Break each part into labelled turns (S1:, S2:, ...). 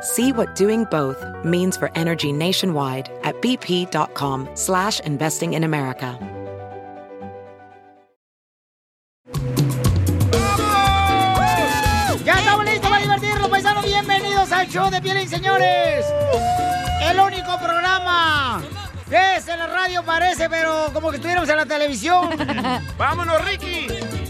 S1: See what doing both means for energy nationwide at bp.com slash investing in America.
S2: Ya estamos listos para divertirnos, paisanos. Bienvenidos al show de Pielín, señores. El único programa que es en la radio, parece, pero como que estuviéramos en la televisión.
S3: ¡Vámonos, Ricky!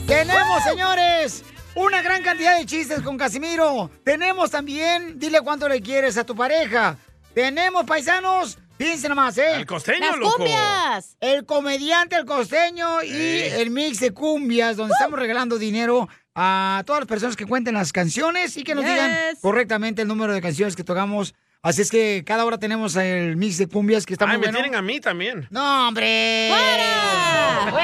S2: Tenemos, señores, una gran cantidad de chistes con Casimiro. Tenemos también, dile cuánto le quieres a tu pareja. Tenemos, paisanos, fíjense nomás, ¿eh?
S3: El costeño, Las loco. cumbias.
S2: El comediante, el costeño y
S3: Eh.
S2: el mix de cumbias, donde estamos regalando dinero a todas las personas que cuenten las canciones y que nos digan
S3: Yes.
S2: correctamente el número de canciones que tocamos. Así es que cada hora tenemos el mix de cumbias que está
S3: Ay,
S2: muy
S3: me
S2: bueno.
S3: tienen a mí también.
S2: ¡No, hombre! ¡Fuera!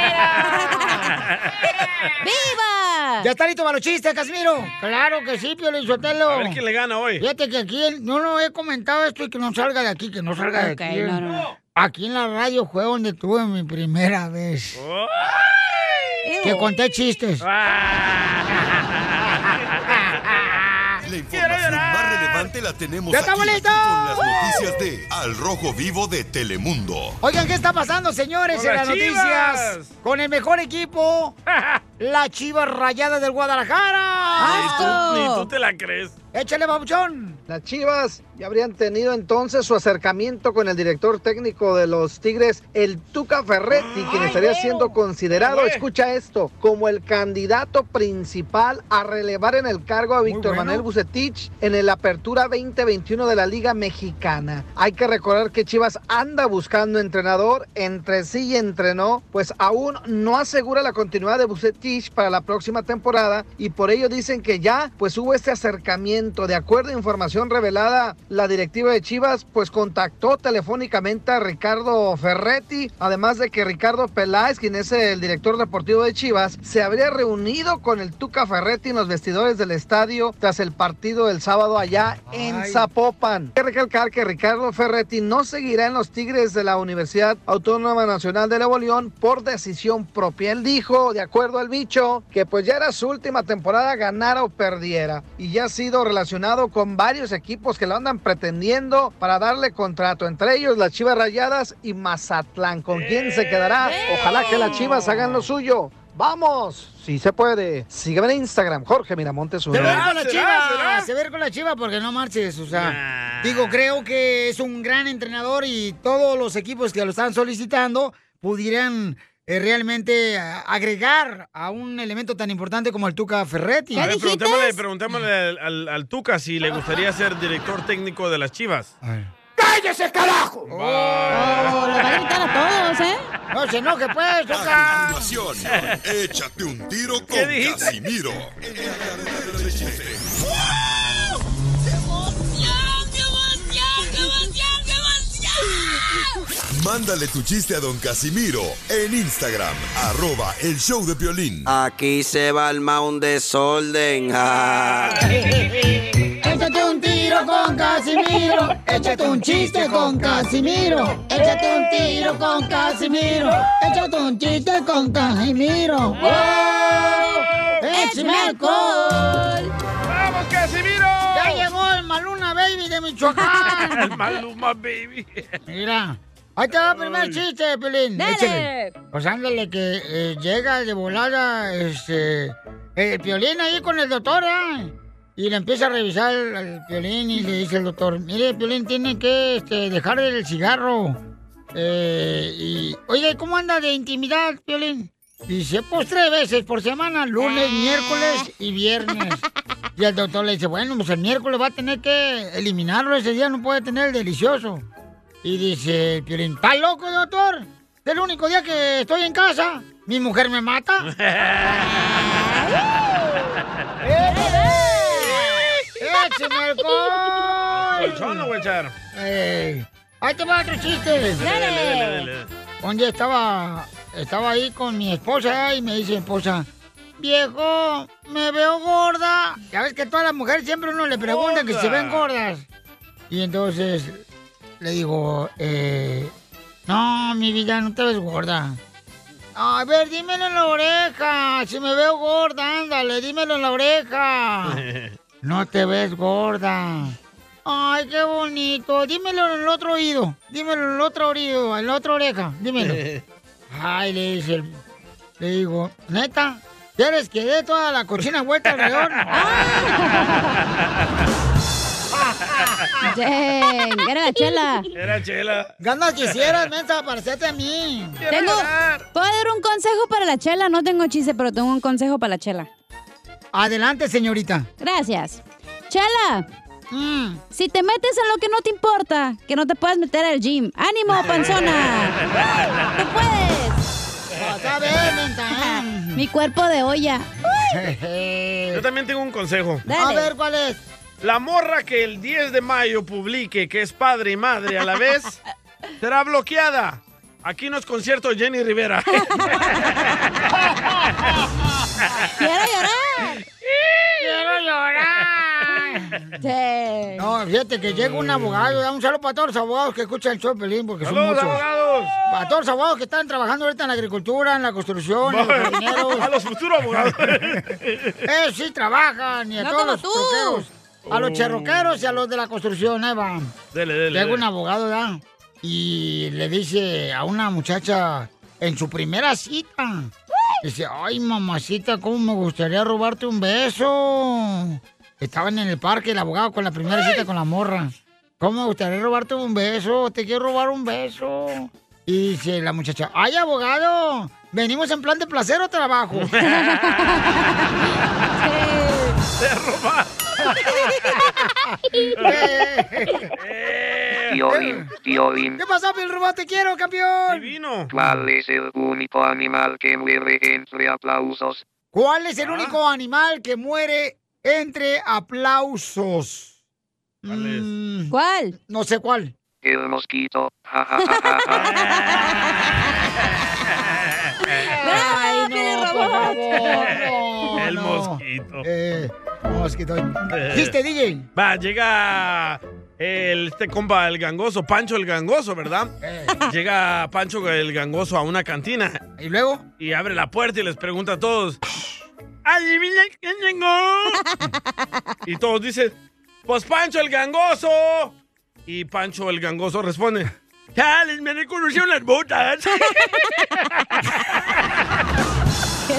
S2: ¡Viva! ¿Ya está listo para los chistes, Casimiro? Claro que sí, Pio Lizotelo.
S3: A ver quién le gana hoy.
S2: Fíjate que aquí el- no no he comentado esto y que no salga de aquí, que no salga de
S3: Ok,
S2: aquí.
S3: no, no, no.
S2: Aquí en la radio fue donde tuve mi primera vez. Que conté chistes.
S4: La información más relevante la tenemos
S2: ¡Ya
S4: aquí
S2: estamos listos!
S4: con las
S2: ¡Woo!
S4: noticias de Al Rojo Vivo de Telemundo.
S2: Oigan, ¿qué está pasando, señores,
S4: Con
S2: en
S4: las
S2: las
S4: Chivas.
S2: noticias? Con el mejor equipo, la Chivas Rayada del Guadalajara.
S3: Ni tú te la crees.
S2: Échale, babuchón.
S5: Las Chivas ya habrían tenido entonces su acercamiento con el director técnico de los Tigres, el Tuca Ferretti, quien estaría siendo considerado,
S6: Güey.
S5: escucha esto, como el candidato principal a relevar en el cargo a Víctor
S6: bueno.
S5: Manuel Bucetich en el Apertura 2021 de la Liga Mexicana. Hay que recordar que Chivas anda buscando entrenador, entre sí y entre no, pues aún no asegura la continuidad de Bucetich para la próxima temporada y por ello dicen que ya pues hubo este acercamiento. De acuerdo a información revelada, la directiva de Chivas pues contactó telefónicamente a Ricardo Ferretti, además de que Ricardo Peláez, quien es el director deportivo de Chivas, se habría reunido con el Tuca Ferretti en los vestidores del estadio tras el partido del sábado allá en
S6: Ay.
S5: Zapopan. Hay que recalcar que Ricardo Ferretti no seguirá en los Tigres de la Universidad Autónoma Nacional de Nuevo León por decisión propia. Él dijo, de acuerdo al bicho, que pues ya era su última temporada ganara o perdiera y ya ha sido relacionado con varios equipos que lo andan pretendiendo para darle contrato, entre ellos las Chivas Rayadas y Mazatlán. ¿Con quién se quedará? Ojalá que las Chivas hagan lo suyo. Vamos, si se puede. Sígueme en Instagram, Jorge Miramontes. uno.
S2: Se va a ver con la chiva, se va a ver con la chiva porque no marches, o sea, digo, creo que es un gran entrenador y todos los equipos que lo están solicitando pudieran eh, realmente ah, agregar a un elemento tan importante como el Tuca Ferretti.
S3: A ver, preguntémosle, preguntémosle al, al- al Tuca si le gustaría ser director técnico de las Chivas.
S2: ¡Cállese, carajo!
S3: Oh,
S2: le va a gritar
S7: a todos, ¿eh?
S2: No se enoje, pues, Tuca.
S4: A continuación, échate un tiro con
S2: ¿Qué dijiste?
S4: Casimiro. Mándale tu chiste a don Casimiro en Instagram, arroba el show de violín.
S8: Aquí se va el un desorden.
S2: Échate un tiro con Casimiro, échate un chiste con Casimiro, échate un tiro con Casimiro, échate un chiste con Casimiro. ¡Wow! ¡Échame alcohol!
S3: ¡Vamos, Casimiro!
S2: ¡Ya llegó el Maluna Baby de Michoacán!
S3: El Maluma Baby.
S2: Mira, ahí te va el primer chiste, Pelín.
S3: Dale.
S2: Échale. Pues ándale que eh, llega de volada este el Piolín ahí con el doctor, ¿eh? Y le empieza a revisar al, al Piolín y le dice el doctor, mire, Piolín tiene que este, dejar el cigarro. Eh, y, oye, ¿cómo anda de intimidad, Piolín? Dice, pues tres veces por semana, lunes, miércoles y viernes. Y el doctor le dice, bueno, pues el miércoles va a tener que eliminarlo, ese día no puede tener el delicioso. Y dice, el Piolín, ¿está loco, doctor? Es el único día que estoy en casa. Mi mujer me mata. ¡Écheme alcohol!
S3: Colchón lo voy a echar.
S2: Ey, Eh, ahí te va otro chiste.
S3: Dale, dale, dale, dale.
S2: Donde estaba, estaba ahí con mi esposa y me dice esposa, viejo, me veo gorda. Ya ves que a todas las mujeres siempre uno le pregunta que si ven gordas. Y entonces le digo, eh, no, mi vida, no te ves gorda. A ver, dímelo en la oreja. Si me veo gorda, ándale, dímelo en la oreja. No te ves gorda. Ay, qué bonito. Dímelo en el otro oído. Dímelo en el otro oído, en la otra oreja. Dímelo. Ay, le dice el- Le digo, neta, ¿quieres que dé toda la cochina vuelta alrededor?
S9: Ah,
S6: Dang, era la chela.
S3: Era chela.
S2: Ganas quisieras, mensa, parecerte a mí.
S6: Tengo, puedo dar un consejo para la chela. No tengo chiste, pero tengo un consejo para la chela.
S2: Adelante, señorita.
S6: Gracias. Chela, si te metes en lo que no te importa, que no te puedas meter al gym. ¡Ánimo, panzona! ¡Tú puedes! Mi cuerpo de olla.
S3: Yo también tengo un consejo.
S6: Dale. A ver,
S2: ¿cuál es?
S3: La morra que el 10 de mayo publique que es padre y madre a la vez será bloqueada. Aquí nos concierto Jenny Rivera.
S6: ¡Quiero llorar!
S2: ¡Quiero llorar! No, fíjate que llega un abogado, da un saludo para todos los abogados que escuchan el show, Pelín, porque son
S3: ¡Saludos,
S2: muchos.
S3: abogados!
S2: Para todos los abogados que están trabajando ahorita en la agricultura, en la construcción, en los jardineros.
S3: A los futuros abogados.
S2: Ellos sí trabajan, y a
S3: No
S2: todos
S3: como
S2: los
S3: tú.
S2: troqueros. A los
S3: Oh.
S2: cherroqueros y a los de la construcción, ahí van.
S3: Dele, dele.
S2: Llega
S3: dele.
S2: un abogado, ¿da? Y le dice a una muchacha en su primera cita. Dice, ay, mamacita, cómo me gustaría robarte un beso. Estaban en el parque el abogado con la primera cita con la morra. ¿Cómo me gustaría robarte un beso? Te quiero robar un beso. Y dice la muchacha, ay, abogado, venimos en plan de placer o trabajo.
S3: Se roba.
S7: Piolín, Piolín,
S2: Eh, ¿Qué pasó, Bill Robot? Te quiero, campeón.
S3: Divino.
S7: ¿cuál es el único animal que muere entre aplausos?
S2: ¿Cuál
S3: Ah.
S2: es el único animal que muere entre aplausos? ¿Cuál
S6: ¿Cuál?
S2: No sé cuál.
S7: El mosquito. Ja, ja, ja, ja, ja.
S2: Ah, Ay, no, por favor, no,
S3: El
S2: no.
S3: mosquito.
S2: Eh, mosquito. ¿Viste, DJ?
S3: Va, llega el, este compa, el gangoso, Pancho el gangoso, ¿verdad?
S2: Eh.
S3: Llega Pancho el gangoso a una cantina.
S2: ¿Y luego?
S3: Y abre la puerta y les pregunta a todos. ¡Adivina quién llegó! y todos dicen, pues Pancho el gangoso. Y Pancho el gangoso responde, ¡Chales, me reconocieron las botas!
S6: ¡Qué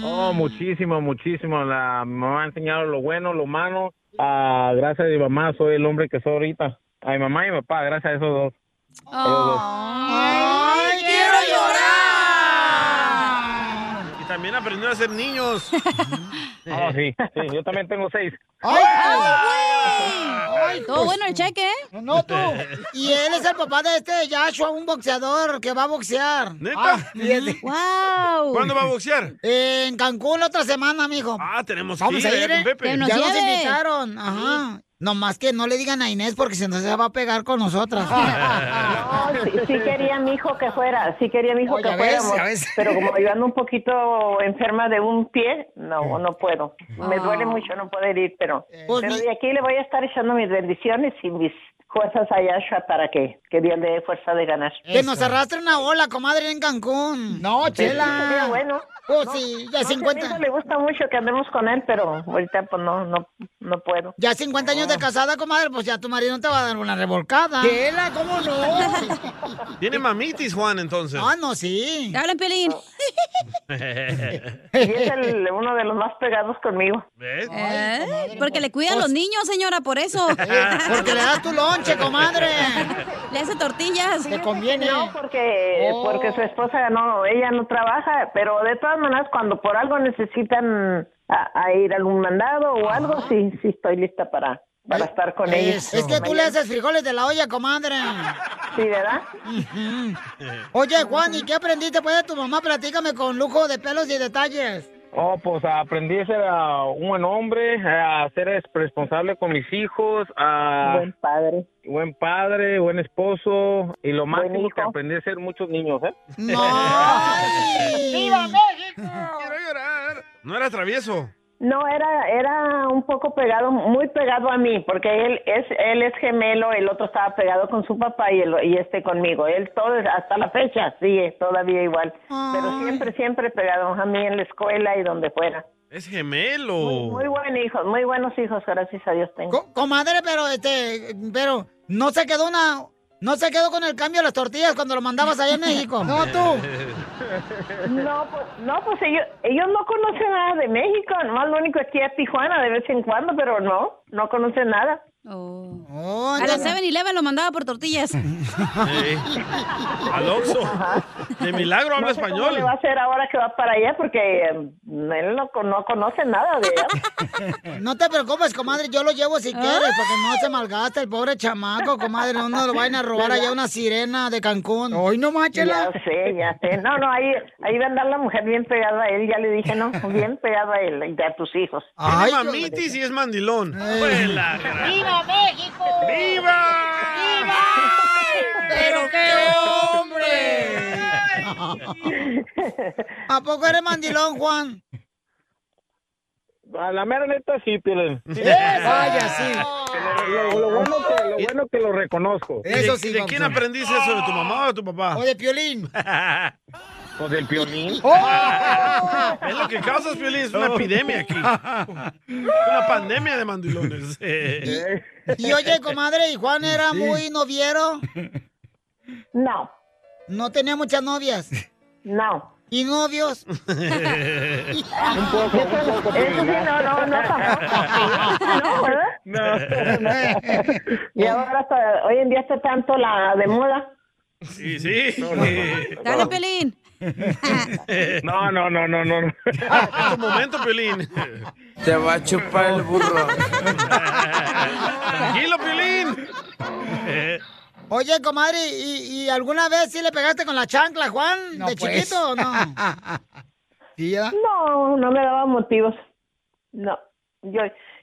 S10: Oh, muchísimo, muchísimo. La mi mamá ha enseñado lo bueno, lo malo. Ah, gracias a mi mamá soy el hombre que soy ahorita. A mi mamá y mi papá, gracias a esos dos. A ellos dos.
S2: ¡Ay, quiero llorar!
S3: Y también aprendió a ser niños.
S10: Ah, sí, sí, yo también tengo seis.
S2: ¡Ay, pues.
S6: güey! Todo bueno el cheque, ¿eh?
S2: No, tú. Y él es el papá de este Yashua, un boxeador que va a boxear. Ah,
S3: ¿Neta?
S2: ¡Wow!
S3: ¿Cuándo va a boxear?
S2: En Cancún la otra semana, mijo.
S3: Ah, tenemos que
S2: Vamos
S3: ir
S2: a
S3: allá
S2: ir,
S3: con
S2: ¿eh?
S3: Pepe. Que nos
S2: Ya nos
S3: lleve.
S2: invitaron. Ajá. Nomás que no le digan a Inés porque si no se va a pegar con nosotras.
S11: No, sí, sí quería a mi hijo que fuera, sí quería a mi hijo
S2: Oh,
S11: que
S2: ya ves,
S11: fuéramos,
S2: ya ves.
S11: pero como yo ando un poquito enferma de un pie, no, no puedo. Me
S2: Ah.
S11: duele mucho no poder ir, pero,
S2: Pues
S11: pero
S2: mi-
S11: de aquí le voy a estar echando mis bendiciones y mis fuerzas a Yashua para que, que Dios le dé fuerza de ganar.
S2: Que nos arrastre una ola, comadre, en Cancún. No,
S11: Eso
S2: chela.
S11: pues, sería bueno.
S2: Pues
S11: No,
S2: sí, ya
S11: no, si a mi
S2: 50.
S11: hijo le gusta mucho que andemos con él, pero ahorita pues no, no, no puedo.
S2: Ya 50 años de casada, comadre, pues ya tu marido no te va a dar una revolcada. Chela, ¿cómo no?
S3: Tiene mamitis, Juan, entonces.
S2: Ah, no, sí.
S6: Hablan, Pelín.
S11: pues, Y es el- uno de los más pegados conmigo.
S6: ¿Eh? Porque
S2: pues.
S6: le cuida a los niños, señora, por eso.
S2: Eh,
S11: porque le das tu lonche, comadre.
S6: Le hace tortillas.
S2: Te conviene.
S11: No, porque, Eh,
S2: Oh.
S11: porque su esposa no, ella no trabaja, pero de todas maneras cuando por algo necesitan a, a ir a algún mandado o algo, sí, sí estoy lista para, para estar con ella.
S2: Eh, Es, es que tú le haces frijoles de la olla, comadre.
S11: Sí, ¿verdad?
S2: Oye, Juan, ¿y qué aprendiste pues de tu mamá? Platícame con lujo de pelos y detalles.
S10: Oh, pues aprendí a ser ah, un buen hombre, a ser es- responsable con mis hijos, a
S11: Buen padre.
S10: buen padre, buen esposo y lo máximo que aprendí a ser muchos niños, ¿eh?
S2: ¡Viva México!
S3: Quiero llorar. No era travieso.
S11: No, era, era un poco pegado, muy pegado a mí, porque él es, él es gemelo, el otro estaba pegado con su papá y, el, y este conmigo. Él todo, hasta la fecha, sigue todavía igual, pero siempre, siempre pegado a mí en la escuela y donde fuera.
S3: Es gemelo.
S11: Muy buen hijo, muy buenos hijos, gracias a Dios tengo.
S2: Comadre, pero este, pero no se quedó una, no se quedó con el cambio de las tortillas cuando lo mandabas allá en México. No, tú.
S11: No, pues, no, pues ellos, ellos no conocen nada de México, nomás lo único aquí es Tijuana de vez en cuando, pero no, no conocen nada.
S6: a la 7-Eleven lo mandaba por tortillas.
S3: Al Oxxo. De milagro habla
S11: No sé
S3: español.
S11: ¿Cómo le va a hacer ahora que va para allá? Porque eh, él no, con- no conoce nada de allá.
S2: No te preocupes, comadre, yo lo llevo si quieres, porque no se malgasta el pobre chamaco, comadre, no nos lo vayan a robar allá una sirena de Cancún. Hoy no máchela.
S11: Ya sé, ya sé. No, no, ahí, ahí va a andar la mujer bien pegada a él, ya le dije, no, bien pegada a él y a tus hijos.
S3: Tiene mamitis y es mandilón. Fue la gran-
S2: ¡Viva México!
S3: ¡Viva!
S2: ¡Viva! ¡Pero qué hombre! ¿A poco eres mandilón, Juan?
S10: A la mera neta sí, Piolín. Sí.
S2: Vaya, sí.
S10: Lo, lo bueno que, lo bueno que lo reconozco.
S3: ¿De- ¿De quién aprendiste eso? ¿De tu mamá o de tu papá?
S2: O de Piolín.
S10: ¿O del Piolín?
S3: Es lo que causas, Piolín. Es una epidemia aquí. Una pandemia de mandilones.
S2: Y oye, comadre, ¿y Juan era
S3: Sí.
S2: muy noviero?
S11: No.
S2: ¿No tenía muchas novias?
S11: No.
S2: ¿Y novios?
S11: Un poco, un poco, Eso sí, no, no, no, No, ¿verdad? Y ahora hasta hoy en día está tanto la de moda.
S3: Sí, sí.
S11: Dale, Pelín.
S10: No, no, no, no, no.
S3: Es tu momento, Piolín.
S8: Te va a chupar el burro.
S3: Tranquilo, Piolín. Eh,
S2: Oye, comadre, ¿y, y alguna vez sí le pegaste con la chancla, Juan? ¿De
S11: pues.
S2: chiquito o no?
S11: No, no me daba motivos. No, yo,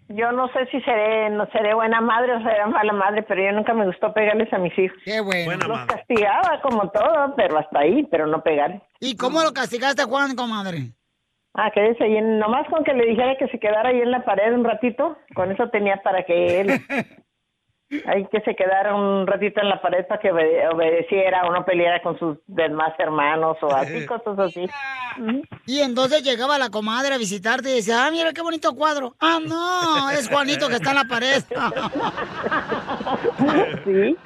S11: yo no sé si seré, no seré buena madre o seré mala madre, pero yo nunca me gustó pegarles a mis hijos.
S2: Qué bueno.
S11: Los castigaba como todo, pero hasta ahí, pero no pegar.
S2: ¿Y cómo lo castigaste a Juan, comadre?
S11: Ah, quédese ahí, en- nomás con que le dijera que se quedara ahí en la pared un ratito, con eso tenía para que él, ahí que se quedara un ratito en la pared para que obede- obedeciera o no peleara con sus demás hermanos o así, cosas así.
S2: Y entonces llegaba la comadre a visitarte y decía, ah, mira qué bonito cuadro. Ah, no, es Juanito que está en la pared.
S11: Sí,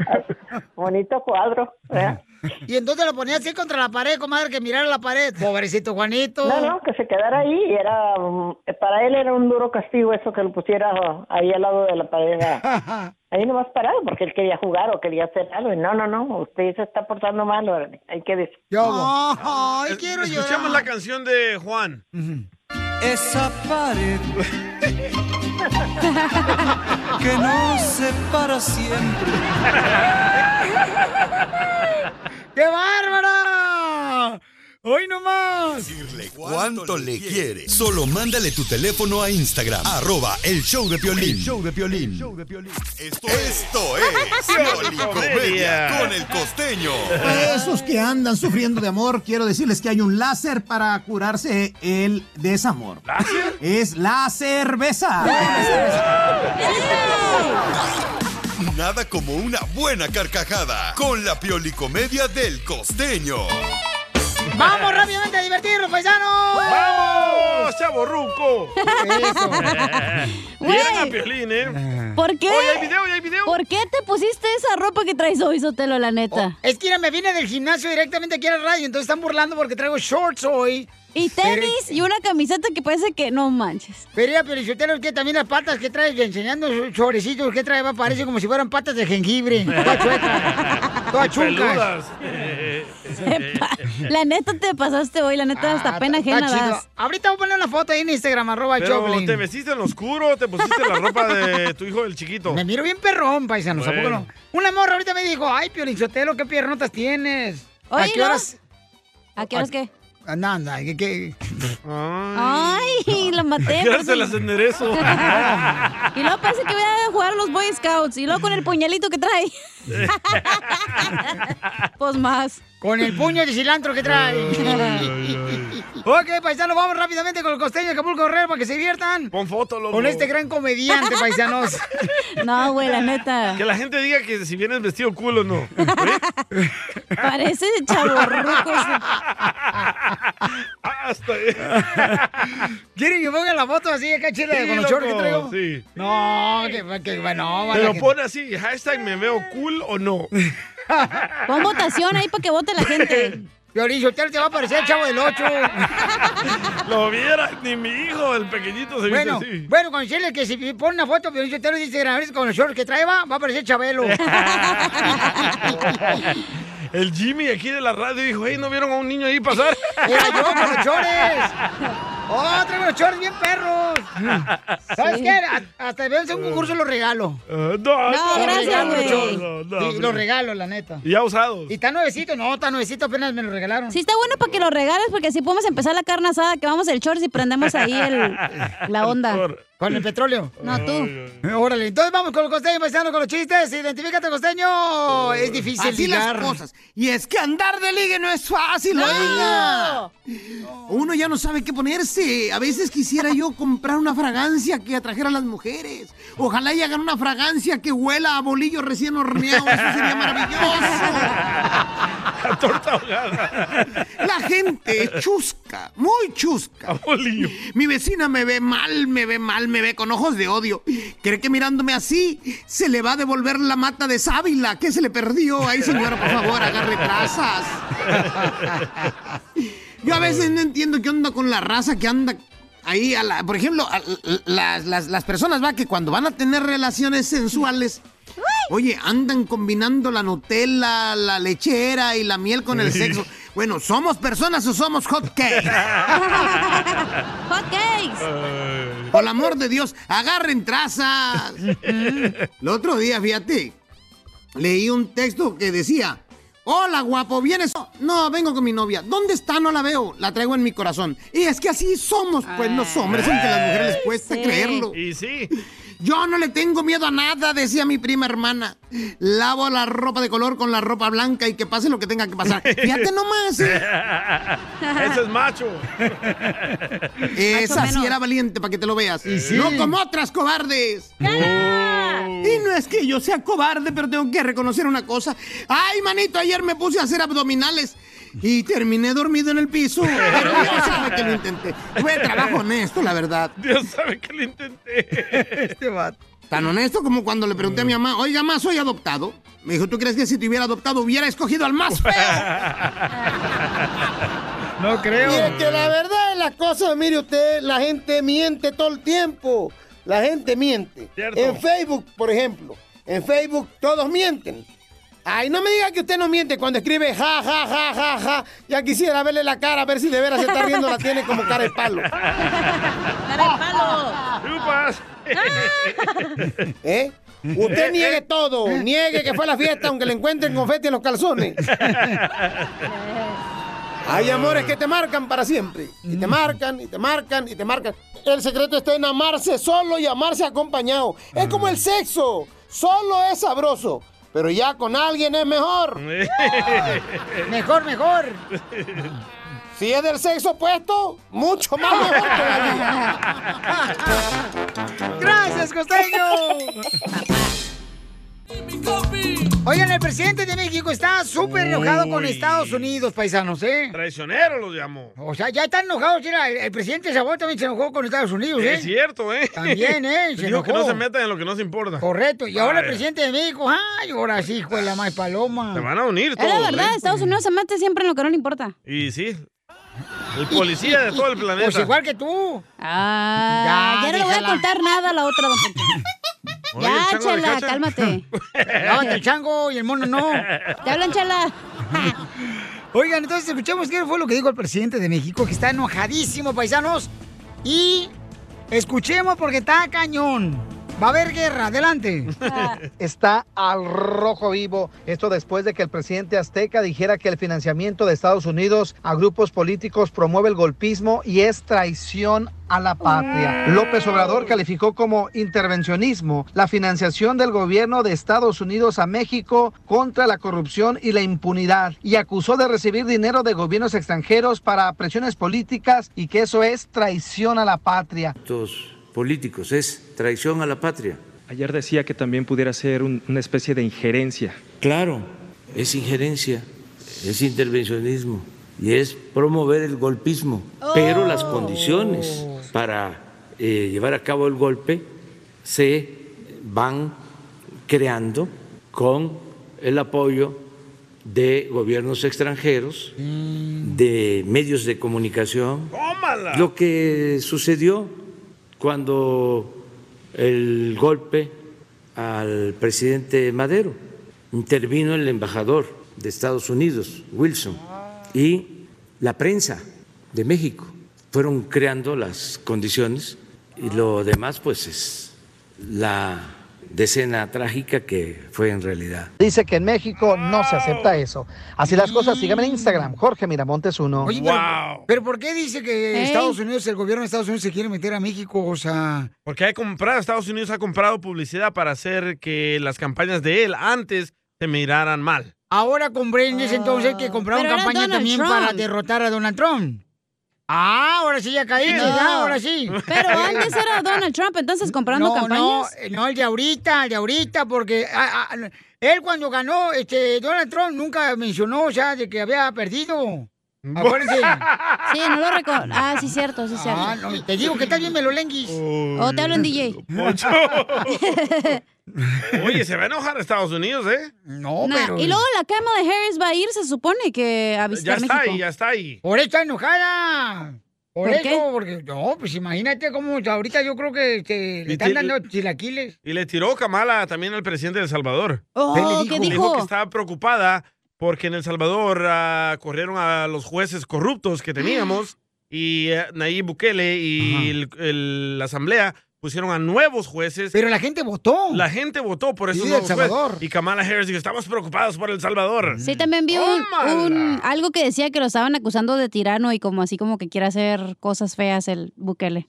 S11: bonito cuadro. ¿verdad?
S2: y entonces lo ponía así contra la pared, comadre, que mirara la pared. Pobrecito Juanito.
S11: No, no, que se quedara ahí y era, um, para él era un duro castigo eso que lo pusiera ahí al lado de la pared. a- Ahí nomás parado porque él quería jugar o quería hacer algo. Y no, no, no, usted se está portando mal, órale, hay que decir.
S12: Ah.
S2: Ay,
S3: quiero Escuchamos la canción de Juan.
S13: Esa pared que no se para siempre.
S2: ¡Qué bárbara! ¡Hoy nomás!
S4: ¿Cuánto le quiere? Solo mándale tu teléfono a Instagram. Arroba el show de Piolín. show de Piolín. Esto es Piolicomedia con el costeño.
S14: Para
S13: Pues.
S14: esos que andan sufriendo de amor, quiero decirles que hay un láser para curarse el desamor. ¿Láser? Es la cerveza.
S4: Nada como una buena carcajada con la Piolicomedia del costeño.
S2: ¡Vamos rápidamente a divertirnos, paisanos!
S3: ¡Vamos! ¡Chavo Ruco! Vieron a Piolín, ¿eh?
S6: ¿Por qué?
S3: Oye, hay video, hay video.
S6: ¿Por qué te pusiste esa ropa que traes hoy, Sotelo, la neta?
S2: Oh, Es que mira, me vine del gimnasio directamente aquí a la radio, entonces están burlando porque traigo shorts hoy.
S6: Y tenis y una camiseta que parece que no manches.
S2: Pero mira, Pelichotelo, que también las patas que traes, enseñando sus sobrecitos que trae, va, parece como si fueran patas de jengibre. Toda chueca. Toda
S3: Y
S2: chuncas.
S3: peludas.
S6: La neta te pasaste hoy, la neta hasta pena
S2: Oh. Ah, Está
S6: ajena
S2: chido.
S6: das.
S2: Ahorita voy a poner una foto ahí en Instagram, arroba
S3: Pero
S2: Choplin.
S3: te vestiste en lo oscuro, te pusiste la ropa de tu hijo el chiquito.
S2: Me miro bien perrón, paisanos, ¿a poco
S3: Bueno.
S2: no? Una morra ahorita me dijo, ay, Piolinchotelo, qué piernotas tienes. ¿A
S6: Oye,
S2: qué
S6: ¿no?
S2: horas?
S6: ¿A qué horas qué?
S2: Anda, anda, que... que...
S6: Ah, Ay, la maté.
S3: Ya se
S6: parece-
S3: las enderezo.
S6: Y luego parece que voy a jugar a los Boy Scouts. Y luego con el puñalito que trae. pues más.
S2: Con el puño de cilantro que trae. ok, paisanos, vamos rápidamente con el costeño de Acapulco Guerrero para que se diviertan.
S3: Pon foto, loco.
S2: Con este gran comediante, paisanos.
S6: No, güey, la neta.
S3: Que la gente diga que si vienes vestido culo, no.
S6: Parece chaborruco.
S3: Hasta
S2: ¿Quieren que ponga la foto así acá chile
S3: Sí,
S2: con los shorts que
S3: loco,
S2: traigo?
S3: sí.
S2: No, que, que bueno, va la
S3: Pero
S2: gente.
S3: pon así, hashtag me veo cool o no.
S6: Pon votación ahí para que vote la gente.
S2: Piorillo, usted te va a parecer el chavo del 8.
S3: Lo vieras, ni mi hijo, el pequeñito, se
S2: Bueno,
S3: viste así.
S2: bueno, con decirle que si pone una foto, Piorillo, usted lo dice "Gracias", con los shorts que trae, va, va a parecer Chabelo.
S3: El Jimmy aquí de la radio dijo, hey, ¿no vieron a un niño ahí pasar?
S2: Era yo con los chores. Oh, traigo los chores bien perros. ¿Sabes
S3: Sí.
S2: qué? A- Hasta véanse un concurso los regalo.
S3: Eh, no,
S2: Los
S3: no,
S2: regalo,
S3: no,
S2: los shorts.
S3: no, no,
S2: Sí,
S3: no.
S2: los regalo, la neta.
S3: Ya usados.
S2: ¿Y está nuevecito? No, está nuevecito, apenas me lo regalaron.
S6: Sí, está bueno para que lo regales porque así podemos empezar la carne asada, que vamos el shorts y prendemos ahí el, la onda.
S2: Con el petróleo.
S6: No, tú.
S2: Órale, entonces vamos con el costeño, paisano, con los chistes. Identifícate, costeño. Es difícil
S13: Así
S2: ligar.
S13: las cosas. Y es que andar de ligue no es fácil,
S2: No.
S13: oiga. Uno ya no sabe qué ponerse. A veces quisiera yo comprar una fragancia que atrajera a las mujeres. Ojalá y hagan una fragancia que huela a bolillo recién horneado. Eso sería maravilloso.
S3: torta ahogada.
S13: La gente es chusca, muy chusca. Mi vecina me ve mal, me ve mal, me ve con ojos de odio. ¿Cree que mirándome así se le va a devolver la mata de sábila que se le perdió? Ay, señora, por favor, agarre trazas. Yo a veces no entiendo qué onda con la raza que anda ahí. A la, por ejemplo, a- las, las- las personas va que cuando van a tener relaciones sensuales. Oye, andan combinando la Nutella, la lechera y la miel con el sexo. Bueno, ¿somos personas o somos hot cakes?
S6: ¡Hot
S13: cakes! Por el amor de Dios, agarren trazas. El otro día, fíjate, leí un texto que decía, hola guapo, ¿vienes? No, vengo con mi novia. ¿Dónde está? No la veo. La traigo en mi corazón. Y es que así somos, pues los hombres, aunque a las mujeres les cuesta
S3: Sí.
S13: creerlo.
S3: Y sí.
S13: Yo no le tengo miedo a nada, decía mi prima hermana. Lavo la ropa de color con la ropa blanca y que pase lo que tenga que pasar. Fíjate nomás. ¿eh?
S3: Ese es macho.
S13: Eh, Esa sí era valiente para que te lo veas.
S3: Eh, sí.
S13: No como otras cobardes. Oh. Y no es que yo sea cobarde, pero tengo que reconocer una cosa. Ay, manito, ayer me puse a hacer abdominales y terminé dormido en el piso. Pero Dios sabe que lo intenté. Fue trabajo honesto, la verdad.
S3: Dios sabe que lo intenté.
S13: Este Tan honesto como cuando le pregunté a mi mamá, oiga, mamá, soy adoptado. Me dijo, ¿tú crees que si te hubiera adoptado hubiera escogido al más feo?
S2: No creo.
S15: Mire que la verdad Ah, es la cosa, mire usted, la gente miente todo el tiempo. La gente miente. En Facebook, por ejemplo, en Facebook todos mienten. Ay, no me diga que usted no miente cuando escribe ja, ja, ja, ja, ja. Ya quisiera verle la cara, a ver si de veras se está riendo, la tiene como cara de palo.
S6: Ah.
S15: ¿Eh? Usted niegue todo, niegue que fue a la fiesta aunque le encuentren confeti en los calzones. Hay amores que te marcan para siempre. Y te marcan, y te marcan, y te marcan. El secreto está en amarse solo y amarse acompañado. Es como el sexo. Solo es sabroso. Pero ya con alguien es mejor.
S2: mejor, mejor.
S15: Si es del sexo opuesto, mucho más mejor todavía.
S2: Gracias, costeño. Oigan, el presidente de México está súper enojado con
S3: Uy.
S2: Estados Unidos, paisanos, ¿eh?
S3: Traicionero los llamó.
S2: O sea, ya están enojados. mira, el, el presidente Sabor también se enojó con Estados Unidos, ¿eh?
S3: Es cierto, ¿eh?
S2: También, ¿eh? Se
S3: Digo que no
S2: enojó.
S3: se metan en lo que no se importa.
S2: Correcto. Y ahora el
S3: Vaya.
S2: presidente de México, ay, ahora sí, fue la más paloma.
S3: Se van a unir
S6: Es la
S3: todos,
S6: verdad,
S3: ¿eh?
S6: Estados Unidos se mete siempre en lo que no le importa.
S3: Y sí. El policía de todo el planeta.
S6: Pues igual
S2: que tú.
S6: Ah, ya,
S3: Ya,
S6: no le voy a
S3: déjala.
S6: contar nada a la otra, don Poncho.
S3: Oye, el
S6: Ya,
S3: chango de
S6: chala,
S3: Cacha.
S6: cálmate.
S2: Lávate el chango y el mono no.
S6: Te hablan, chala.
S2: Oigan, entonces escuchemos qué fue lo que dijo el presidente de México, que está enojadísimo, paisanos. Y escuchemos porque está cañón. Va a haber guerra, adelante.
S5: está al rojo vivo. Esto después de que el presidente azteca dijera que el financiamiento de Estados Unidos a grupos políticos promueve el golpismo y es traición a la patria. López Obrador calificó como intervencionismo la financiación del gobierno de Estados Unidos a México contra la corrupción y la impunidad y acusó de recibir dinero de gobiernos extranjeros para presiones políticas y que eso es traición a la patria.
S16: estos políticos, es traición a la patria.
S17: Ayer decía que también pudiera ser un- una especie de injerencia.
S16: Claro, es injerencia, es intervencionismo y es promover el golpismo, pero las condiciones para eh, llevar a cabo el golpe se van creando con el apoyo de gobiernos extranjeros, de medios de comunicación,
S3: ¡Tómala!
S16: lo que sucedió cuando el golpe al presidente Madero intervino el embajador de Estados Unidos, Wilson, y la prensa de México. Fueron creando las condiciones y lo demás pues es la de escena trágica que fue en realidad.
S5: Dice que en México no se acepta eso. Así las cosas, síganme en Instagram, Jorge Miramontes 1.
S2: Oye, pero, pero ¿por qué dice que
S5: Ey.
S2: Estados Unidos, el gobierno de Estados Unidos se quiere meter a México? O sea,
S3: Porque ha comprado, Estados Unidos ha comprado publicidad para hacer que las campañas de él antes se miraran mal.
S2: ahora comprendes entonces que compraron
S3: Pero era
S2: campaña
S3: Donald
S2: también
S3: Trump.
S2: para Pues, derrotar a Donald Trump. Ah, ahora sí ya caí,
S6: No.
S2: ya, ahora sí.
S6: Pero antes era Donald Trump, entonces comprando
S2: no, no,
S6: campañas.
S2: eh, no, el de ahorita, el de ahorita, porque ah, ah, él cuando ganó, este, Donald Trump nunca mencionó, o sea, de que había perdido. Acuérdense.
S6: Sí, no lo recuerdo. Ah, sí, cierto, sí, cierto.
S2: Ah, no, y te digo que estás bien melolenguis.
S6: O Oh, te hablo en DJ.
S3: Poncho. Oye, se va a enojar Estados Unidos, ¿eh?
S2: No,
S6: Nah, Y luego la cama de Harris va a ir, se supone que a
S3: Ya
S6: visitar
S3: está
S6: México.
S3: ahí, ya está ahí.
S2: Por eso está enojada. Por,
S6: ¿Por
S2: eso,
S6: qué?
S2: porque no, pues imagínate cómo ahorita yo creo que este, le
S3: Y
S2: están
S3: te-
S2: dando chilaquiles.
S3: Y le tiró Kamala también al presidente de El Salvador.
S2: Oh, ¿Qué le dijo? ¿qué dijo?
S3: que estaba preocupada porque en El Salvador ah, corrieron a los jueces corruptos que teníamos y eh, Nayib Bukele y el- el- la Asamblea pusieron a nuevos jueces.
S2: Pero la gente votó.
S3: La gente votó por esos
S2: Sí, de
S3: nuevos
S2: El
S3: jueces.
S2: Salvador. Mm.
S3: Y Kamala Harris dijo, estamos preocupados por El Salvador.
S6: Sí, también vi un, un- algo que decía que lo estaban acusando de tirano y como así como que quiere hacer cosas feas el Bukele.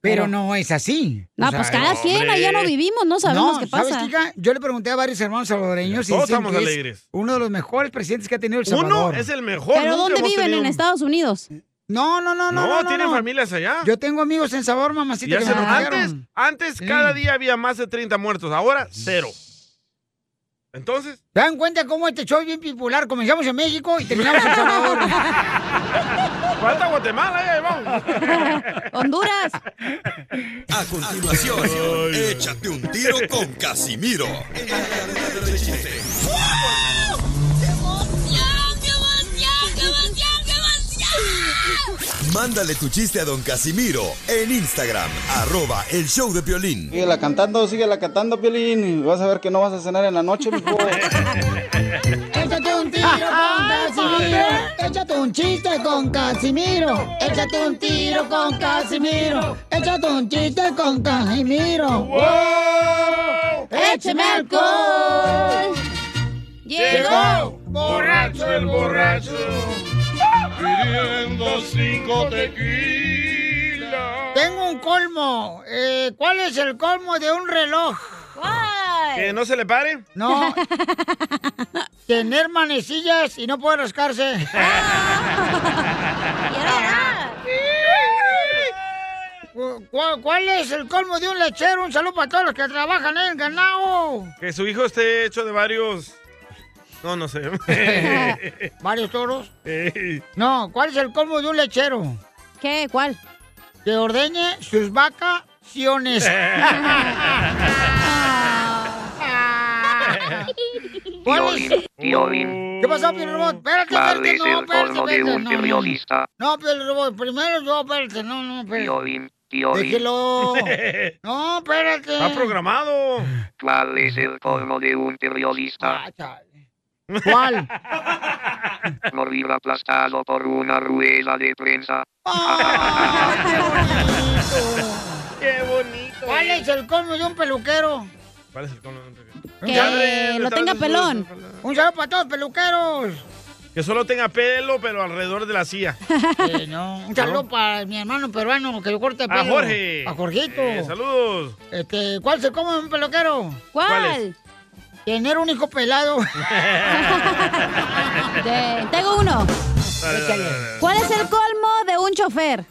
S2: Pero no es así.
S6: No,
S2: O sea,
S6: pues cada quien, allá no vivimos, no sabemos
S2: No,
S6: qué
S2: ¿sabes
S6: pasa.
S2: qué, hija? Yo le pregunté a varios hermanos salvadoreños y
S3: Todos
S2: dicen
S3: estamos
S2: que es
S3: alegres.
S2: uno de los mejores presidentes que ha tenido El
S3: Uno
S2: Salvador.
S3: es el mejor,
S6: Pero ¿dónde viven? ¿En Estados Unidos?
S2: No, no, no, no.
S3: No,
S2: No,
S3: tienen
S2: no.
S3: familias allá.
S2: Yo tengo amigos en Salvador,
S3: Y
S2: mamacita, que
S3: hace-
S2: se
S3: antes,
S2: mataron.
S3: antes cada día había más de 30 muertos, ahora cero. Entonces,
S2: ¿Te dan cuenta cómo este show es bien popular? Comenzamos en México y terminamos en Salvador.
S3: falta Guatemala, ya
S6: Honduras.
S4: A continuación, échate un tiro con Casimiro. Mándale tu chiste a don Casimiro en Instagram, arroba el show de violín.
S18: Síguela cantando, síguela cantando, Piolín. Vas a ver que no vas a cenar en la noche, mijo.
S2: Échate un tiro con Casimiro. Échate un chiste con Casimiro. Échate un tiro con Casimiro. Échate un chiste con Casimiro. ¡Wow!
S6: ¡Écheme alcohol!
S19: Llegó
S3: borracho el borracho,
S19: pidiendo cinco tequilas.
S2: Tengo un colmo. Eh, ¿Cuál es el colmo de un reloj?
S3: que no se le pare.
S2: No. Tener manecillas y no poder rascarse. ¿Cu- cu- ¿Cuál es el colmo de un lechero? Un saludo para todos los que trabajan en ganado.
S3: Que su hijo esté hecho de varios. No, no sé.
S2: ¿Varios toros?
S3: Ey.
S2: No, ¿cuál es el colmo de un lechero?
S6: ¿Qué? ¿Cuál?
S2: Que ordeñe sus vacaciones. ¿Cuál es? Oh,
S7: Piolín, Piolín.
S2: ¿Qué pasó, Piel Robot? Espérate,
S7: ¿Cuál
S2: espérate,
S7: es
S2: no,
S7: el
S2: espérate,
S7: colmo de
S2: espérate.
S7: un
S2: no,
S7: periodista?
S2: No, Piel Robot, primero yo, espérate, no, no, espérate.
S7: Piolín, Piolín.
S2: Pues Déjelo. No, espérate.
S7: Está
S3: programado.
S7: ¿Cuál es el colmo de un
S2: Ah,
S7: periodista?
S2: ¿Cuál?
S7: Morir aplastado por una rueda de prensa.
S2: Qué bonito. eh. ¿Cuál es el colmo de un peluquero?
S3: ¿Cuál es el colmo de un periodista?
S6: Que lo tenga pelón.
S2: Un saludo para todos los peluqueros.
S3: Que solo tenga pelo, pero alrededor de la silla.
S2: Eh, no. Un saludo para mi hermano peruano que lo corta el
S3: A
S2: pelo.
S3: Jorge.
S2: A Jorgito.
S3: Eh, saludos.
S2: Este, ¿cuál se come un peluquero?
S6: ¿Cuál?
S2: Tener un hijo pelado.
S6: De- tengo uno. ¿Cuál es el colmo de un chofer?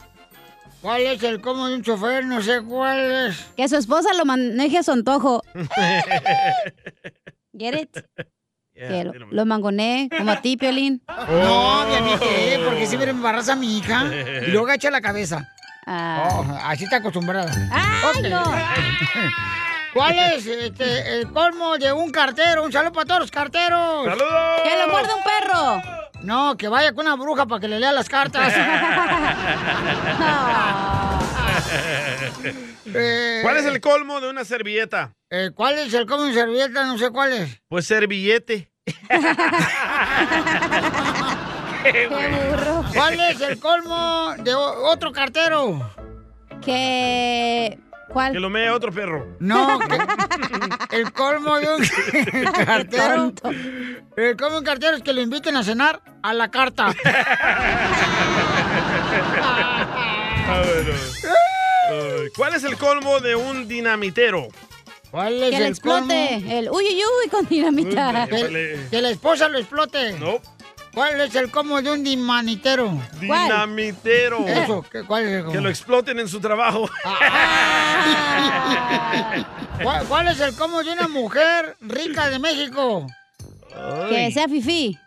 S2: ¿Cuál es el colmo de un chofer? No sé cuál es.
S6: Que su esposa lo maneje a su antojo. ¿Get it? que lo, lo mangoné, como a ti, Piolín.
S2: No, mi amiga, ¿eh? porque siempre me embarras a mi hija y luego agacha la cabeza.
S6: Ah.
S2: Oh, así está acostumbrada. Ok. ¿Cuál es este, el colmo de un cartero? Un saludo para todos los carteros.
S3: ¡Saludos!
S6: ¡Que le muerda un perro!
S2: No, que vaya con una bruja para que le lea las cartas. Eh,
S3: ¿Cuál es el colmo de una servilleta?
S2: eh, ¿Cuál es el colmo de un servilleta? No sé cuál es.
S3: Pues servillete.
S2: Qué burro. ¿Cuál es el colmo de o- otro cartero?
S6: Que ¿Cuál?
S3: Que lo mee otro perro.
S2: No, que- el colmo de un cartero. El colmo de un cartero es que lo inviten a cenar a la carta.
S3: A ver, a ver. Ay, ¿Cuál es el colmo de un dinamitero?
S2: ¿Cuál
S6: Que le explote el uy uy uy con dinamita.
S3: Ándale.
S2: Que la esposa lo explote. No. ¿Cuál es el colmo de un dimanitero?
S6: ¿Cuál?
S3: Dinamitero.
S2: Eso, Ah. ¿qué- ¿cuál es el colmo?
S3: Que lo exploten en su trabajo.
S2: ¿Cuál, cuál es el cómo de una mujer rica de México?
S6: Que sea fifí.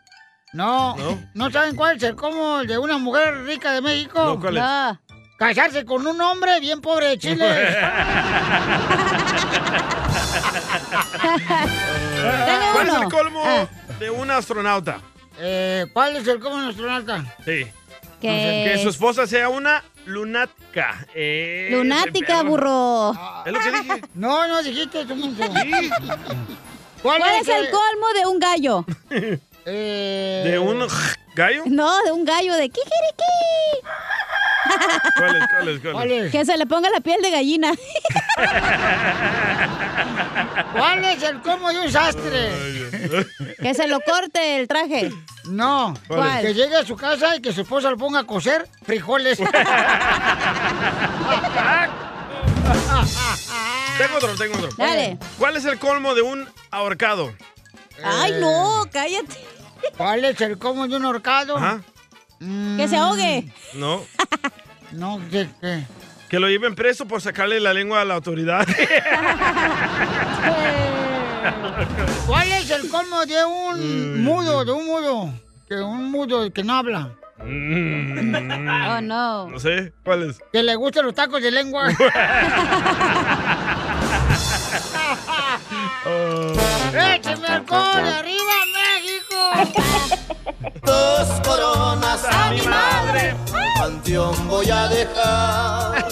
S2: No, no, saben cuál es el cómo de una mujer rica de México.
S6: No, ¿cuál es? No.
S2: Casarse con un hombre bien pobre de Chile.
S3: ¿Cuál es el
S2: uno. Ah.
S3: colmo de un astronauta?
S2: Eh, ¿Cuál es el cómo de un astronauta?
S3: Sí.
S2: Que-
S3: Que su esposa sea una lunática. Eh,
S6: Lunática,
S3: pero-
S6: burro.
S3: Es lo que dije.
S2: No, Oh, no dijiste tú mismo.
S6: ¿Cuál, es el
S2: cómo?
S6: colmo de un gallo?
S2: Eh,
S3: ¿De un gallo?
S6: No, de un gallo de kikiriki.
S3: ¿Cuál es? ¿Cuál es? ¿Cuál es?
S6: Que se le ponga la piel de gallina.
S2: ¿Cuál es el cómo de un sastre?
S6: que se lo corte el traje.
S2: No.
S6: ¿Cuál es?
S2: Que llegue a su casa y que su esposa lo ponga a cocer frijoles.
S3: Tengo otro, tengo otro.
S6: Dale.
S3: ¿Cuál es el colmo de un ahorcado?
S6: Ay, no, cállate.
S2: ¿Cuál es el cómo de un horcado?
S3: Ajá.
S6: Que se ahogue.
S3: Eh, No.
S2: No, ¿qué? qué?
S3: Que lo lleven preso por sacarle la lengua a la autoridad.
S2: ¿Cuál es el colmo de un mudo, de un mudo? Que un mudo que no habla.
S3: oh,
S6: no.
S3: No sé, ¿cuál es?
S2: Que le gustan los tacos de lengua. ¡Écheme alcohol de arriba, México!
S13: Dos coronas a mi madre, al panteón voy a dejar.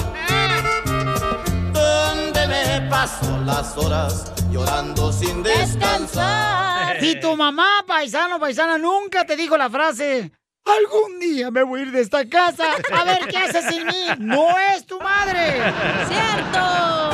S13: Donde me paso las horas llorando sin descansar.
S2: Si tu mamá, paisano, paisana, nunca te dijo la frase, algún día me voy a ir de esta casa, a ver qué haces sin mí, no es tu madre.
S6: ¡Cierto!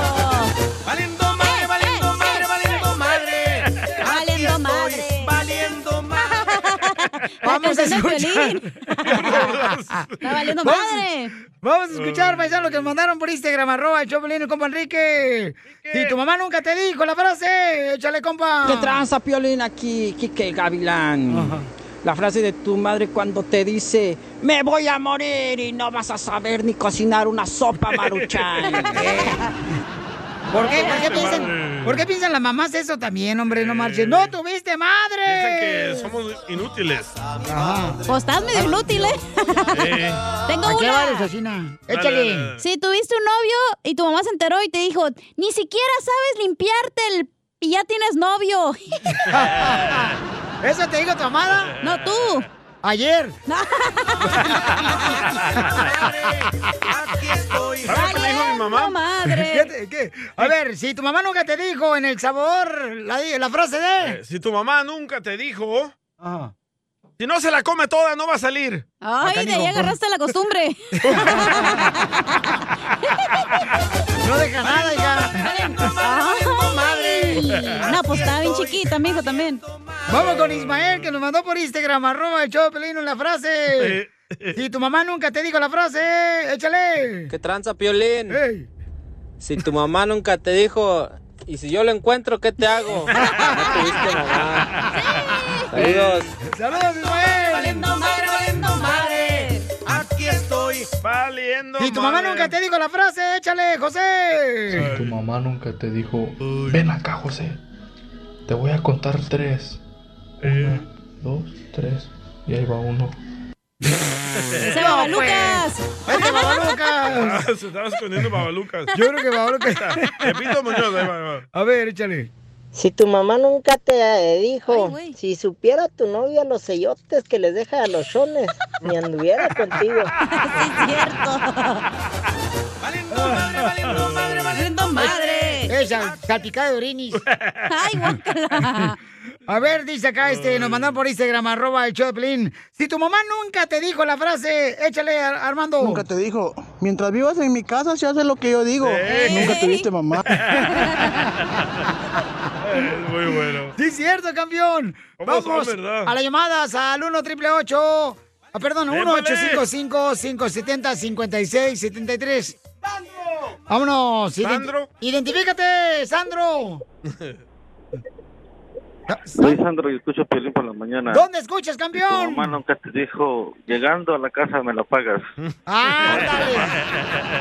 S13: Valiendo madre,
S6: Eh,
S13: valiendo madre, valiendo madre. Aquí
S6: Valiendo
S13: estoy,
S6: madre.
S13: Valiendo madre.
S2: Vamos a
S13: canción de
S2: escuchar.
S6: Está valiendo
S2: Vamos-
S6: madre.
S2: Vamos a
S3: Mm.
S2: escuchar, paisano, lo que nos mandaron por Instagram, arroba el Choplin, el compa Enrique. Si tu mamá nunca te dijo la frase, échale, compa.
S20: ¿Qué tranza, Piolín? Aquí, Kike Gavilán. La frase de tu madre cuando te dice, me voy a morir y no vas a saber ni cocinar una sopa maruchan. Eh.
S2: ¿Por qué, por qué piensan, por qué piensan las mamás eso también, hombre? No marches. ¡No tuviste madre!
S3: Piensan
S2: ¡Eh!
S3: que somos inútiles.
S6: Pues estás medio inútil, ¿eh?
S3: Eh,
S6: Tengo
S2: Aquí
S6: una.
S2: va la asesina. Échale.
S3: Dale, dale, dale.
S6: Si tuviste un novio y tu mamá se enteró y te dijo, ni siquiera sabes limpiarte el... y ya tienes novio.
S2: ¿Eso te dijo tu amada?
S6: No, tú.
S2: Ayer.
S3: ¿Sabes qué me dijo mi mamá?
S2: ¿Qué te- qué? A ver, si tu mamá nunca te dijo en el sabor la, la frase de...
S3: Eh, Si tu mamá nunca te dijo, si no se la come toda, no va a salir.
S6: Ay, de ahí agarraste la costumbre.
S2: No deja nada,
S6: hija. No, pues estaba bien chiquita, mijo, también.
S2: Vamos con Ismael, que nos mandó por Instagram, arroba el show de Pelín, la frase. Si tu mamá nunca te dijo la frase,
S13: Eh.
S2: échale.
S21: ¿Qué tranza, Piolín? Si tu mamá nunca te dijo, y si yo lo encuentro, ¿qué te hago? No tuviste mamá. Saludos.
S2: ¡Saludos, Ismael!
S13: Valiendo madre, valiendo madre. Aquí estoy.
S3: Valiendo
S2: Si tu mamá nunca te dijo la frase, échale, José.
S22: Si tu mamá nunca te dijo, ven acá, José, te voy a contar tres.
S3: Eh.
S22: Una, dos, tres. Y ahí va uno.
S6: Ese Babalucas.
S2: ¡Vete, Babalucas!
S3: Ah, se estaba escondiendo babalucas.
S2: Yo creo que Babalucas
S3: está. Pepito Muñoz, ahí va, ahí va.
S2: A ver, échale.
S12: Si tu mamá nunca te eh, dijo, si supiera tu novia los sellotes que les deja a los chones, ni anduviera contigo.
S6: madre!
S2: Esa, salpicada de orinis.
S6: ¡Ay, guácala!
S2: A A ver, dice acá, este, nos mandan por Instagram, arroba el Choplin. Si tu mamá nunca te dijo la frase, échale, Ar- Armando.
S1: Nunca te dijo, mientras vivas en mi casa se hace lo que yo digo.
S3: Eh.
S1: Nunca tuviste mamá.
S3: Es muy bueno.
S2: Sí, es cierto, campeón.
S3: Vamos
S2: Vamos,
S3: a verdad.
S2: a las llamadas al 1 888 ah, perdón,
S3: Émale.
S2: 1-855-570-5673. Vámonos. ident-
S3: Sandro.
S2: Identifícate, Sandro.
S23: Soy Sandro y escucho Piolín por la mañana.
S2: ¿Dónde escuchas,
S23: Tu
S2: campeón?
S23: mamá nunca te dijo, llegando a la casa me la pagas.
S2: Mm. Ah,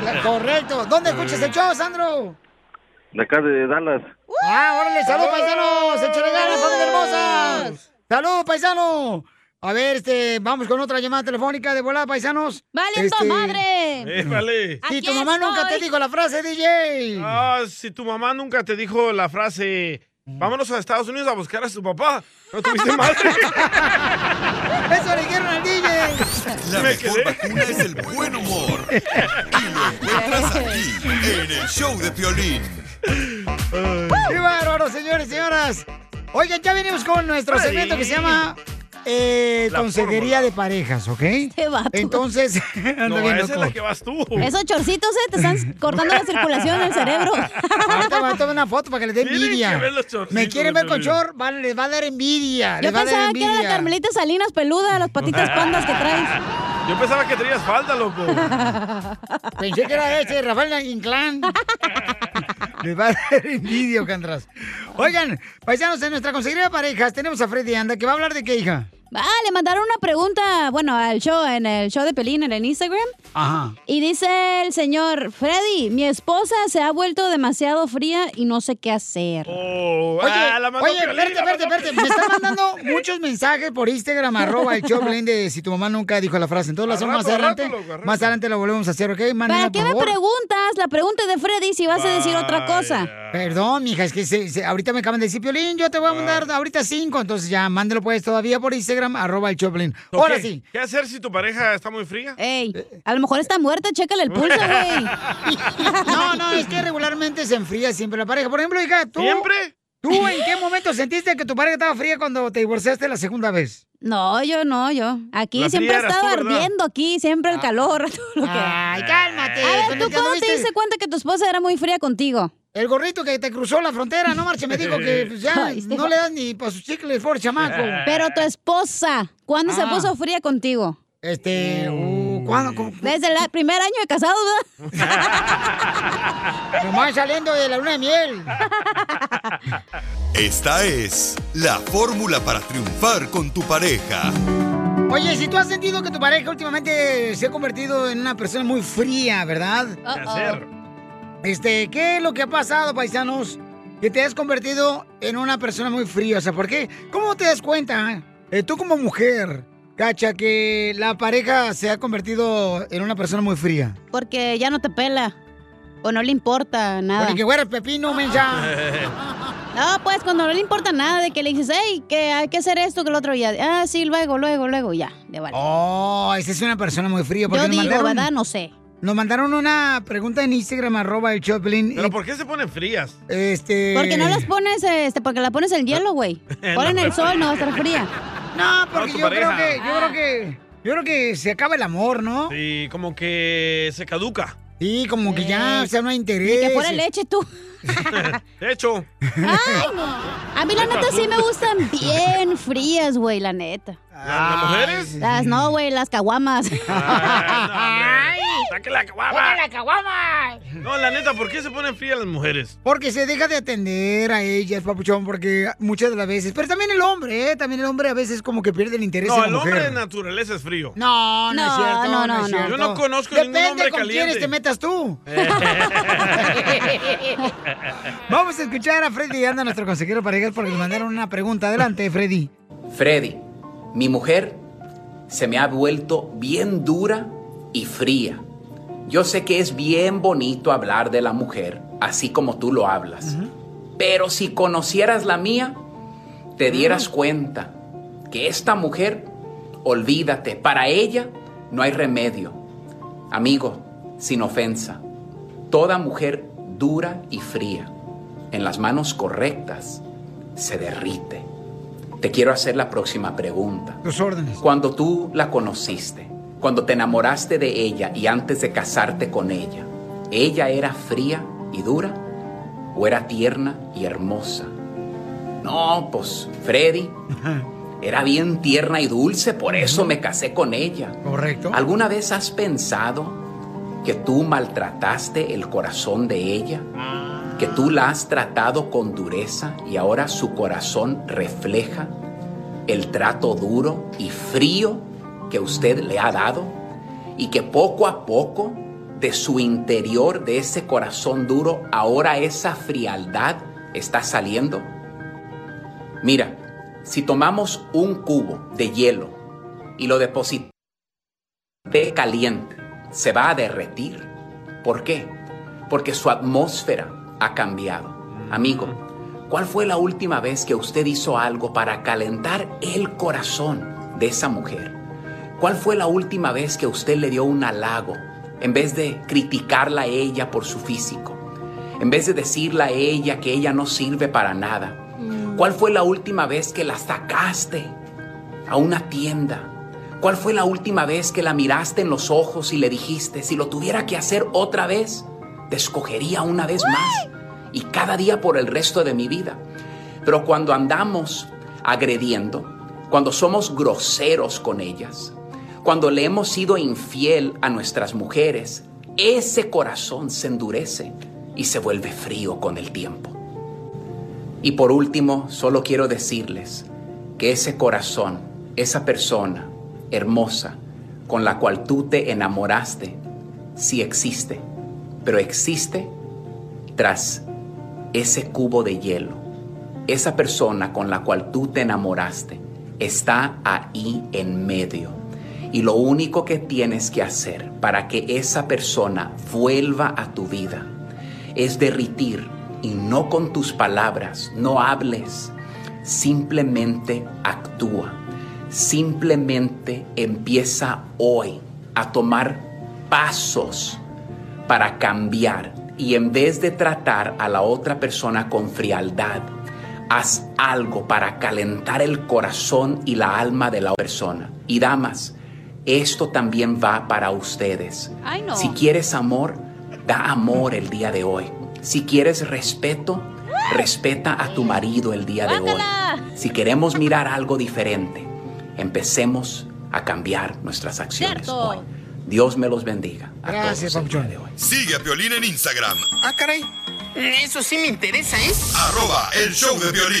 S2: Ándale. Correcto. ¿Dónde escuchas el show, Sandro?
S23: De acá de Dallas.
S2: Ah, órale, salud, paisanos. Échale ganas, familia hermosa. Salud, paisano. A ver, este, vamos con otra llamada telefónica de volada, paisanos.
S3: ¡Valiendo
S2: Este,
S3: madre! ¡Épale!
S2: Si tu mamá nunca te dijo la frase, DJ.
S3: Ah, si tu mamá nunca te dijo la frase, vámonos a Estados Unidos a buscar a su papá. No tuviste madre.
S2: Eso le dijeron al DJ.
S4: La mejor vacuna es el buen humor. Y lo encuentras aquí, en el show de Piolín.
S2: ¡Qué bárbaro, señores y señoras! Oigan, ya venimos con nuestro
S4: Ay.
S2: segmento que se llama eh,
S4: La
S2: Consejería de Parejas, ¿ok? Entonces, ando
S3: No,
S2: bien
S3: esa es
S2: loco.
S3: la que vas tú.
S6: Esos chorcitos, ¿eh? Te están cortando la circulación del cerebro.
S2: Ahorita van a tomar una foto para que les dé
S6: Tienen
S2: envidia.
S6: que ver los chorcitos,
S2: Me quieren ver
S6: mi
S2: con
S6: Piolín.
S2: short, van- les va a dar envidia.
S6: Yo
S2: les va a dar
S6: pensaba que era la
S2: envidia.
S6: Carmelita Salinas peluda, las patitas pandas que traes.
S3: Yo pensaba que tenías falda, loco.
S2: Pensé que era ese, Rafael Inclán. Les va a dar envidia, cantras. Oigan, paisanos, en nuestra consejería de parejas tenemos a Freddy Anda, que va a hablar de qué, hija.
S6: Ah, le mandaron una pregunta, bueno, al show, en el show de Pelín, en el Instagram.
S2: Ajá.
S6: Y dice el señor, Freddy, mi esposa se ha vuelto demasiado fría y no sé qué hacer.
S2: Oh. Oye, oye, espérate, espérate, espérate. Me están mandando muchos mensajes por Instagram, arroba el Choplin de si tu mamá nunca dijo la frase. Entonces lo hacemos más
S6: rato, al
S2: adelante.
S6: rato, loco, al rato.
S2: más adelante lo volvemos a hacer, ¿ok?
S6: ¿Para
S2: Mándenla,
S6: qué
S2: por
S6: me
S2: favor.
S6: preguntas la pregunta de Freddy si vas a decir otra cosa?
S2: Perdón, mija, es que se- se- ahorita me acaban de decir, Piolín, yo te voy a mandar ahorita cinco. Entonces ya, mándelo pues todavía por Instagram, arroba el Choplin.
S3: Ok,
S2: Ahora sí.
S3: ¿Qué hacer si tu pareja está muy fría?
S6: Ey, a lo mejor está muerta, chécale el pulso, güey.
S2: No, no, es que regularmente se enfría siempre la pareja. Por ejemplo, hija, tú.
S6: ¿Siempre?
S2: ¿Tú en qué momento sentiste que tu pareja estaba fría cuando te divorciaste la segunda vez?
S6: No, yo no, yo. Aquí
S2: La
S6: siempre
S2: fría
S6: ha
S2: eras tú,
S6: estado
S2: ¿verdad? Ah.
S6: ardiendo, aquí siempre el calor. todo lo que-
S2: Ay, cálmate.
S6: A ver,
S2: ¿tú no
S6: ¿tú cuándo te
S2: viste?
S6: diste cuenta que tu esposa era muy fría contigo?
S2: El gorrito que te cruzó la frontera, no marche, me dijo que pues, ya
S6: Ay, este
S2: no le das ni para sus chicles por chamaco.
S6: Pero tu esposa, ¿cuándo se
S2: Ah.
S6: puso fría contigo?
S2: Este, uh, ¿cuándo? ¿Cómo?
S6: Desde el primer año de casados, ¿verdad?
S2: Pues, Nomás saliendo de la luna de miel.
S4: Esta es la fórmula para triunfar con tu pareja.
S2: Oye, si tú has sentido que tu pareja últimamente se ha convertido en una persona muy fría, ¿verdad?
S3: hacer?
S2: Este, ¿qué es lo que ha pasado, paisanos? Que te has convertido en una persona muy fría. O sea, ¿por qué? ¿Cómo te das cuenta, eh, tú como mujer, cacha, que la pareja se ha convertido en una persona muy fría?
S6: Porque ya no te pela. O no le importa nada. Ah.
S2: Porque que fuera el pepino, mensa.
S6: No, pues cuando no le importa nada de que le dices, hey, que hay que hacer esto, que lo otro, ya. Ah, sí, luego, luego, luego, ya. De vale.
S2: Oh, esa es una persona muy fría. porque
S6: Yo
S2: nos
S6: digo,
S2: mandaron-
S6: ¿verdad? No sé.
S2: Nos mandaron una pregunta en Instagram, arroba el Choplin. eh,
S3: ¿Pero por qué se ponen frías?
S2: Este...
S6: Porque no las pones, este, porque la pones en hielo, güey.
S3: No.
S6: Ponla en el sol, no va a estar fría.
S2: No, porque
S3: tu
S2: yo
S3: pareja.
S2: creo que, yo creo que, yo creo que se acaba el amor, ¿no?
S3: Sí, como que se caduca.
S2: Sí, como que ya, o sea, no hay interés.
S6: Ni que fuera leche tú.
S3: De hecho.
S6: Ay, no. A mí la neta sí me gustan bien frías, güey, la neta.
S3: ¿Las, las mujeres?
S6: Las no, güey, las caguamas.
S3: Ah, no, hombre. Saque la caguama.
S2: la caguama!
S3: No, la neta, ¿por qué se ponen frías las mujeres?
S2: Porque se deja de atender a ellas, papuchón, porque muchas de las veces, pero también el hombre, ¿eh? También el hombre a veces como que pierde el interés
S3: No,
S2: en la
S3: el hombre
S2: mujer.
S3: de naturaleza es frío.
S2: No, no, es
S3: No,
S2: cierto.
S3: no,
S2: es
S3: no, no.
S2: cierto.
S3: Yo no conozco
S2: Depende
S3: ningún hombre
S2: con
S3: caliente.
S2: quiénes te metas tú. Vamos a escuchar a Freddy Anda, nuestro consejero de parejas, porque le mandaron una pregunta. Adelante, Freddy.
S24: Freddy, mi mujer se me ha vuelto bien dura y fría. Yo sé que es bien bonito hablar de la mujer, así como tú lo hablas. Pero si conocieras la mía, te dieras cuenta que esta mujer, olvídate, para ella no hay remedio. Amigo, sin ofensa, toda mujer dura y fría, en las manos correctas, se derrite. Te quiero hacer la próxima pregunta.
S2: Tus órdenes.
S24: Cuando tú la conociste, cuando te enamoraste de ella y antes de casarte con ella, ¿ella era fría y dura o era tierna y hermosa? No, pues Freddy era bien tierna y dulce, por eso me casé con ella.
S2: Correcto.
S24: ¿Alguna vez has pensado que tú maltrataste el corazón de ella? ¿Que tú la has tratado con dureza y ahora su corazón refleja el trato duro y frío que usted le ha dado? Y que poco a poco de su interior, de ese corazón duro, ahora esa frialdad está saliendo. Mira, si tomamos un cubo de hielo y lo depositamos de caliente, se va a derretir. ¿Por qué? Porque su atmósfera ha cambiado. Amigo, ¿cuál fue la última vez que usted hizo algo para calentar el corazón de esa mujer? ¿Cuál fue la última vez que usted le dio un halago en vez de criticarla a ella por su físico? En vez de decirle a ella que ella no sirve para nada, ¿Cuál fue la última vez que la sacaste a una tienda? ¿Cuál fue la última vez que la miraste en los ojos y le dijiste, si lo tuviera que hacer otra vez, te escogería una vez más y cada día por el resto de mi vida? Pero cuando andamos agrediendo, cuando somos groseros con ellas, cuando le hemos sido infiel a nuestras mujeres, ese corazón se endurece y se vuelve frío con el tiempo. Y por último, solo quiero decirles que ese corazón, esa persona hermosa con la cual tú te enamoraste, sí existe, pero existe tras ese cubo de hielo. Esa persona con la cual tú te enamoraste está ahí en medio. Y lo único que tienes que hacer para que esa persona vuelva a tu vida es derritir y no con tus palabras, no hables, simplemente actúa, simplemente empieza hoy a tomar pasos para cambiar y en vez de tratar a la otra persona con frialdad, haz algo para calentar el corazón y la alma de la persona. Y damas, esto también va para ustedes.
S6: Ay, no.
S24: Si quieres amor, da amor el día de hoy. Si quieres respeto, respeta a tu marido el día de hoy. Si queremos mirar algo diferente, empecemos a cambiar nuestras acciones hoy. Dios me los bendiga. A
S2: Gracias,
S24: todos.
S2: Papuchón.
S4: Sigue a Piolín en Instagram,
S8: Ah, caray. Eso sí me interesa, ¿eh?
S4: arroba el show de Piolín.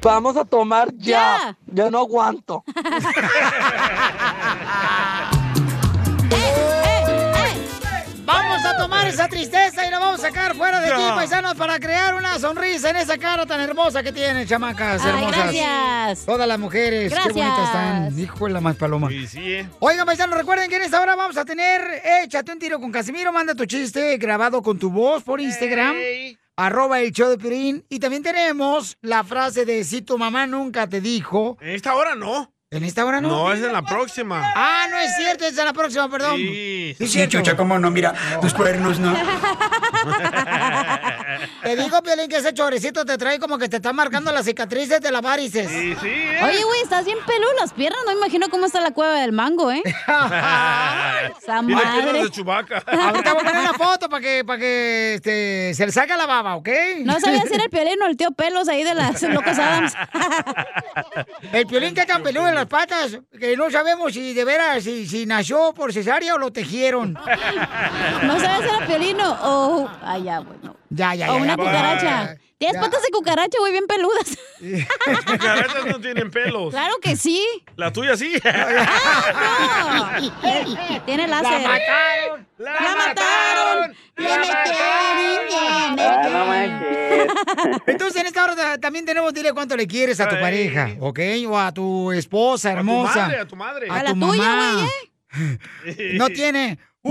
S14: Vamos a tomar ya. Yo no aguanto.
S2: Vamos a tomar esa tristeza y la vamos a sacar fuera de
S14: Ya.
S2: ti, paisanos, para crear una sonrisa en esa cara tan hermosa que tienen, chamacas
S6: Ay,
S2: hermosas.
S6: gracias.
S2: Todas las mujeres,
S6: Gracias.
S2: qué bonitas están. Hijo de la más paloma. Oigan, paisanos, recuerden que en esta hora vamos a tener Échate un tiro con Casimiro. Manda tu chiste grabado con tu voz por Instagram. Arroba el show de Pirín. Y también tenemos la frase de si tu mamá nunca te dijo.
S3: En esta hora no.
S2: ¿En esta hora no?
S3: No, es en la próxima.
S2: Ah, no es cierto, es en la próxima, perdón.
S3: Sí.
S2: Sí, chucha,
S3: cómo no, mira, tus cuernos no.
S2: Te digo, Piolín, que ese chorecito te trae como que te está marcando las cicatrices de las varices.
S3: Sí, sí. ¿eh?
S6: Oye, güey, estás bien peludo en las piernas. No me imagino cómo está la cueva del mango, ¿eh? Esa
S3: Tiene
S6: madre.
S3: piernas de chubaca.
S2: Ahorita voy a poner una foto para que, para que este, se le salga la baba, ¿ok?
S6: No sabía si era el piolín o el tío pelos ahí de las locos Adams.
S2: El piolín que tan peludo en las patas, que no sabemos si de veras, si, si nació por cesárea o lo tejieron.
S6: No sabía si era piolín o. o- Ay, ya, güey. no.
S2: Ya, ya, ya.
S6: O
S2: ya, ya.
S6: una cucaracha. Tienes
S2: Ya.
S6: patas de cucaracha, güey, bien peludas.
S3: Las cucarachas no tienen pelos.
S6: Claro que sí.
S3: La tuya sí.
S6: No. Tiene láser.
S3: La mataron.
S6: ¡La, mataron! ¡Le metieron!
S2: Ah, no manches. Entonces, en esta hora ta- también tenemos, dile cuánto le quieres a tu
S3: Ay.
S2: pareja, ¿ok? O a tu esposa hermosa.
S3: madre, a tu madre.
S2: A,
S3: A
S2: tu
S3: la tuya,
S2: mamá.
S6: ¿eh?
S2: No tiene.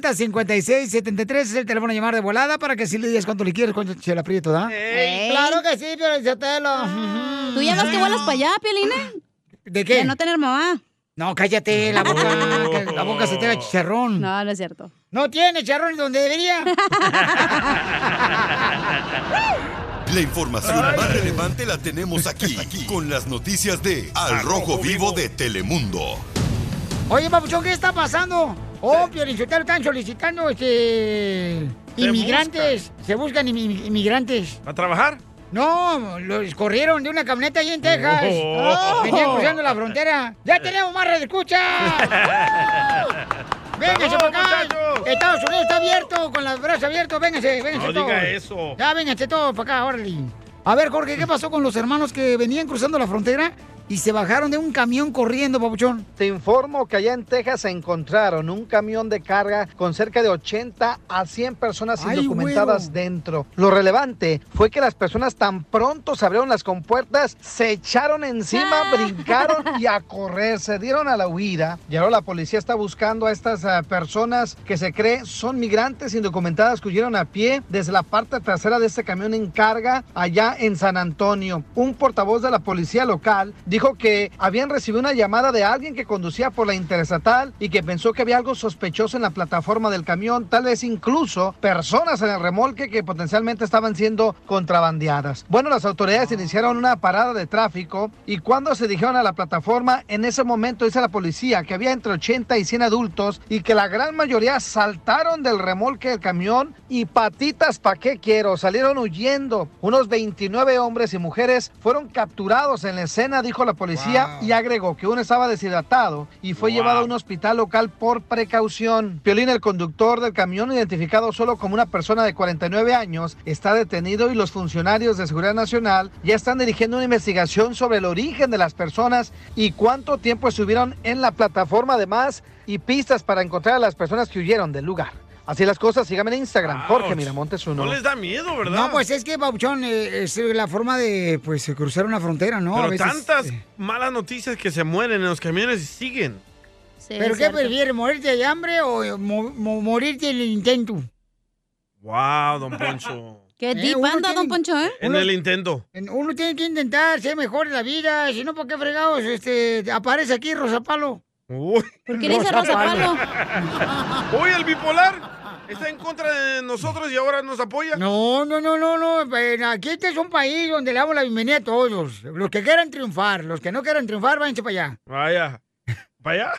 S2: 1-855-570-5673 es el teléfono a llamar de volada para que si le digas cuánto le quieres, cuánto se la aprieto, ¿da? Claro que sí, pero yo te lo.
S6: Mm. ¿Tú ya vas que vuelas para allá, Piolina?
S2: ¿De qué?
S6: De no tener mamá.
S2: No, cállate, la boca, que la boca se te haga chicharrón.
S6: No, no es cierto.
S2: No tiene chicharrón donde debería.
S4: La información más relevante la tenemos aquí, aquí, con las noticias de Al Rojo Vivo de Telemundo.
S2: Oye, Papuchón, ¿qué está pasando? Oh, Piorinsotero, están solicitando este. Inmigrantes. Se buscan inmi- inmigrantes.
S3: ¿A trabajar?
S2: No, los corrieron de una camioneta ahí en Texas.
S3: Oh.
S2: Venían cruzando la frontera. ¡Ya tenemos más escucha! ¡Véngase para acá! Estados Unidos está abierto, con los brazos abiertos. Véngase, véngase
S3: No
S2: todos.
S3: diga eso.
S2: Ya, véngase todos para acá, órale. A ver, Jorge, ¿qué pasó con los hermanos que venían cruzando la frontera y se bajaron de un camión corriendo, Papuchón?
S5: Te informo que allá en Texas encontraron un camión de carga con cerca de 80 a 100 personas
S2: Ay,
S5: indocumentadas
S2: güero.
S5: dentro. Lo relevante fue que las personas tan pronto se abrieron las compuertas, se echaron encima, brincaron y a correr, se dieron a la huida. Y ahora la policía está buscando a estas ah, personas que se cree son migrantes indocumentadas que huyeron a pie desde la parte trasera de este camión en carga allá en San Antonio. Un portavoz de la policía local dijo que habían recibido una llamada de alguien que conducía por la interestatal y que pensó que había algo sospechoso en la plataforma del camión, tal vez incluso personas en el remolque que potencialmente estaban siendo contrabandeadas. Bueno, las autoridades iniciaron una parada de tráfico y cuando se dirigieron a la plataforma, en ese momento dice la policía que había entre 80 y 100 adultos y que la gran mayoría saltaron del remolque del camión y patitas pa' qué quiero, salieron huyendo. Unos 29 hombres y mujeres fueron capturados en la escena, dijo la policía, y agregó que uno estaba deshidratado y fue llevado a un hospital local por precaución. Piolín, el conductor del camión, identificado solo como una persona de 49 años, está detenido y los funcionarios de Seguridad Nacional ya están dirigiendo una investigación sobre el origen de las personas y cuánto tiempo estuvieron en la plataforma además y pistas para encontrar a las personas que huyeron del lugar. Así las cosas, síganme en Instagram, Jorge Miramontes uno.
S3: No les da miedo, ¿verdad?
S2: No, pues es que, Papuchón, eh, es la forma de pues cruzar una frontera, ¿no?
S3: Pero
S2: A veces- eh.
S3: tantas malas noticias que se mueren en los camiones y siguen.
S2: ¿Pero qué prefieres, morirte de hambre o eh, mo- mo- morirte en el intento?
S3: Wow, don Poncho.
S6: Qué
S2: Eh,
S6: deep
S2: uno
S6: anda,
S2: tiene-
S6: don Poncho, ¿eh?
S3: En el intento.
S2: En- Uno tiene que intentar ser mejor en la vida, si no, ¿por qué fregados este, aparece aquí Rosapalo?
S3: Uy.
S6: ¿Por qué le dice Rosapalo?
S3: Uy, el bipolar está en contra de nosotros y ahora nos apoya.
S2: No, no, no, no, no. eh, Aquí este es un país donde le damos la bienvenida a todos. Los que quieran triunfar, los que no quieran triunfar, váyanse para allá.
S3: Vaya. ¿Para allá?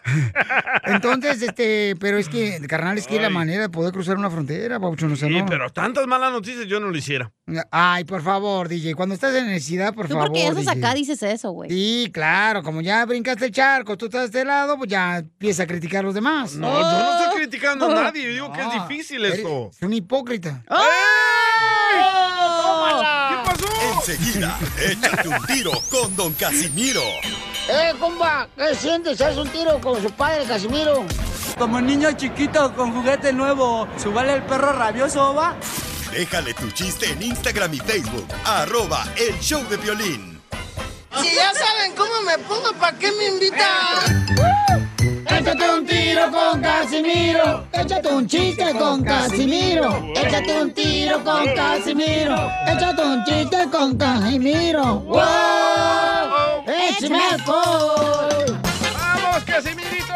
S2: Entonces, este, pero es que, carnal, es que la manera de poder cruzar una frontera, Pauchón, o sea,
S3: Sí,
S2: no.
S3: pero tantas malas noticias yo no lo hiciera.
S2: Ay, por favor, DJ, cuando estás en necesidad, por
S6: Tú
S2: favor.
S6: porque ya estás
S2: DJ.
S6: acá, dices eso, güey.
S2: Sí, claro, como ya brincaste el charco, tú estás de este lado, pues ya empieza a criticar a los demás.
S3: No, yo no estoy criticando a nadie, yo digo que es difícil esto.
S2: Es un hipócrita.
S4: ¿Qué pasó? Enseguida, échate un tiro con Don Casimiro.
S15: ¡Eh, compa! ¿Qué sientes? ¿Haz un tiro con su padre, Casimiro?
S25: Como niño chiquito con juguete nuevo, subale el perro rabioso, va.
S4: Déjale tu chiste en Instagram y Facebook, arroba el show de violín.
S15: Si ya saben cómo me pongo, ¿para qué me invitan?
S2: ¡Uh! Échate un tiro con Casimiro. Échate un chiste con Casimiro.
S15: Échate un tiro con Casimiro.
S2: Échate un chiste con Casimiro.
S15: ¡Wow! ¡Échame alcohol!
S3: ¡Vamos, Casimirito!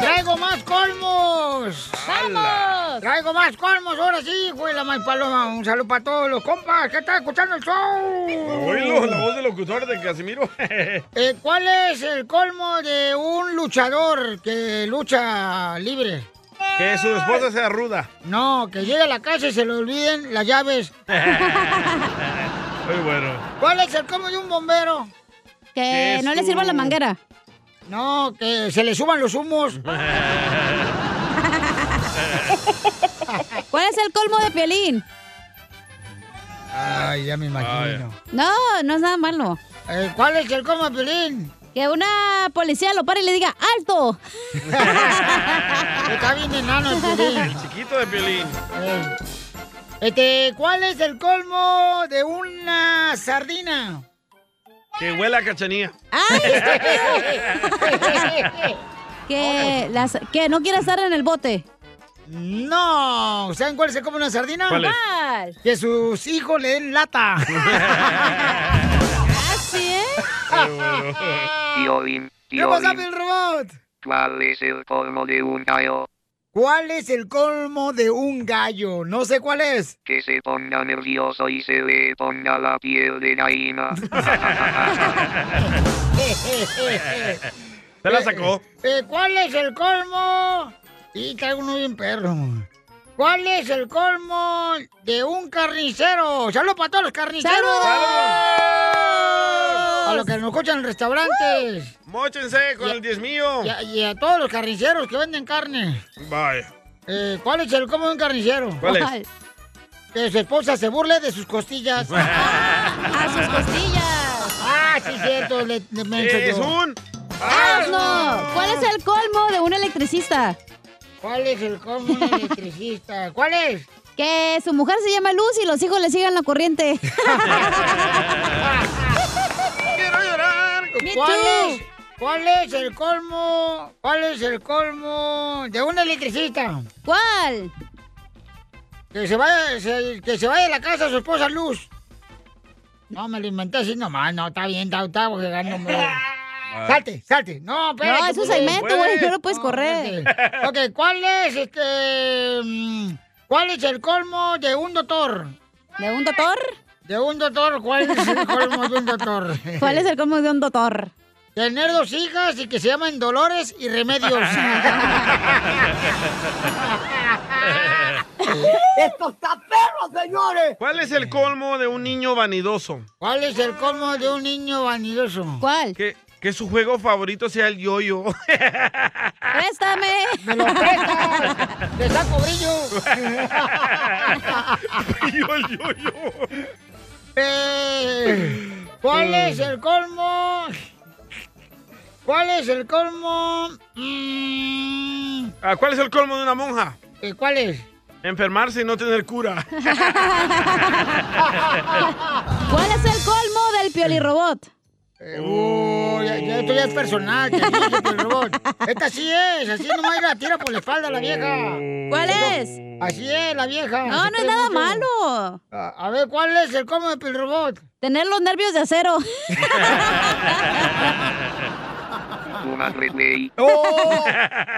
S2: ¡Traigo más colmos!
S15: ¡Vamos!
S2: Traigo más colmos, ahora sí, güey, la más paloma. Un saludo para todos los compas que están escuchando el show.
S3: Oílo, la voz del locutor de Casimiro.
S2: Eh, ¿Cuál es el colmo de un luchador que lucha libre?
S3: Que su esposa sea ruda.
S2: No, que llegue a la casa y se le olviden las llaves.
S3: Muy bueno.
S2: ¿Cuál es el colmo de un bombero?
S6: Que no le sirva la manguera.
S2: No, que se le suban los humos.
S6: ¿Cuál es el colmo de Piolín?
S2: Ay, ya me imagino.
S6: No, no es nada malo.
S2: Eh, ¿Cuál es el colmo de Piolín?
S6: Que una policía lo pare y le diga ¡alto!
S2: Está bien enano el Piolín.
S3: El chiquito de Piolín.
S2: Eh, Este, ¿cuál es el colmo de una sardina?
S3: Que huela a cachanía.
S6: Que, las, que no quiera estar en el bote.
S2: No, ¿saben cuál se come una sardina?
S6: ¿Cuál es?
S2: Que sus hijos le den lata.
S6: ¿Así
S26: Piolín,
S2: Ah. ¿Qué pasa,
S26: Piolín,
S2: el robot?
S26: ¿cuál es el colmo de un gallo?
S2: ¿Cuál es el colmo de un gallo? No sé cuál es.
S26: Que se ponga nervioso y se le ponga la piel de gallina.
S3: Se la sacó.
S2: Eh, ¿Cuál es el colmo? Y traigo uno bien perro. ¿Cuál es el colmo de un carnicero? ¡Saludos para todos los carniceros! A los que nos escuchan en restaurantes.
S3: Móchense con
S2: Y a-
S3: el diez mío.
S2: Y a, y a todos los carniceros que venden carne.
S3: Vaya.
S2: Eh, ¿Cuál es el colmo de un carnicero?
S3: ¿Cuál es?
S2: Que su esposa se burle de sus costillas.
S6: ¡A sus costillas!
S2: ¡Ah, sí, cierto! Le, le- me
S3: Es
S2: yo.
S3: un...
S6: ¡Asno! Ah, ¿Cuál es el colmo de un electricista?
S2: ¿Cuál es el colmo de un electricista? ¿Cuál es?
S6: Que su mujer se llama Luz y los hijos le sigan la corriente.
S3: ¡Quiero llorar!
S6: Me
S2: ¿Cuál
S6: too.
S2: es, cuál es el colmo? ¿Cuál es el colmo de un electricista?
S6: ¿Cuál?
S2: Que se vaya, se- que se vaya de la casa su esposa Luz. No, me lo inventé así nomás. No, está bien, está, está jugando, hombre. Salte, salte. No, espérate.
S6: No, es un
S2: pues.
S6: segmento, güey, no lo puedes correr.
S2: Ok, ¿cuál es este. mm, ¿Cuál es el colmo de un doctor?
S6: ¿De un doctor?
S2: De un doctor, ¿cuál es el colmo de un doctor?
S6: ¿Cuál es el colmo de un doctor?
S2: Tener dos hijas y que se llaman Dolores y Remedios.
S3: ¡Esto está perro, señores! ¿Cuál es el colmo de un niño vanidoso?
S2: ¿Cuál es el colmo de un niño vanidoso?
S6: ¿Cuál?
S3: Que, que su juego favorito sea el yoyo.
S6: ¡Préstame!
S2: ¡Me lo prestas! ¡Te saco brillo!
S3: ¡Yo, yo, yo!
S2: Eh, ¿Cuál es el colmo? ¿Cuál es el colmo? Mm,
S3: Ah, ¿Cuál es el colmo de una monja?
S2: eh, ¿Cuál es?
S3: Enfermarse y no tener cura.
S6: ¿Cuál es el colmo del piolirobot?
S2: Oh, ya- ya- esto ya es personal, que yo soy el robot. Esta sí es, así nomás la tira por la espalda la vieja.
S6: Eh. ¿Cuál es?
S2: Así es, la vieja.
S6: No,
S2: se
S6: no
S2: cree
S6: es nada
S2: mucho.
S6: malo.
S2: A, a ver, ¿cuál es el colmo del robot?
S6: Tener los nervios de acero.
S26: Una red ley.
S2: ¡Oh!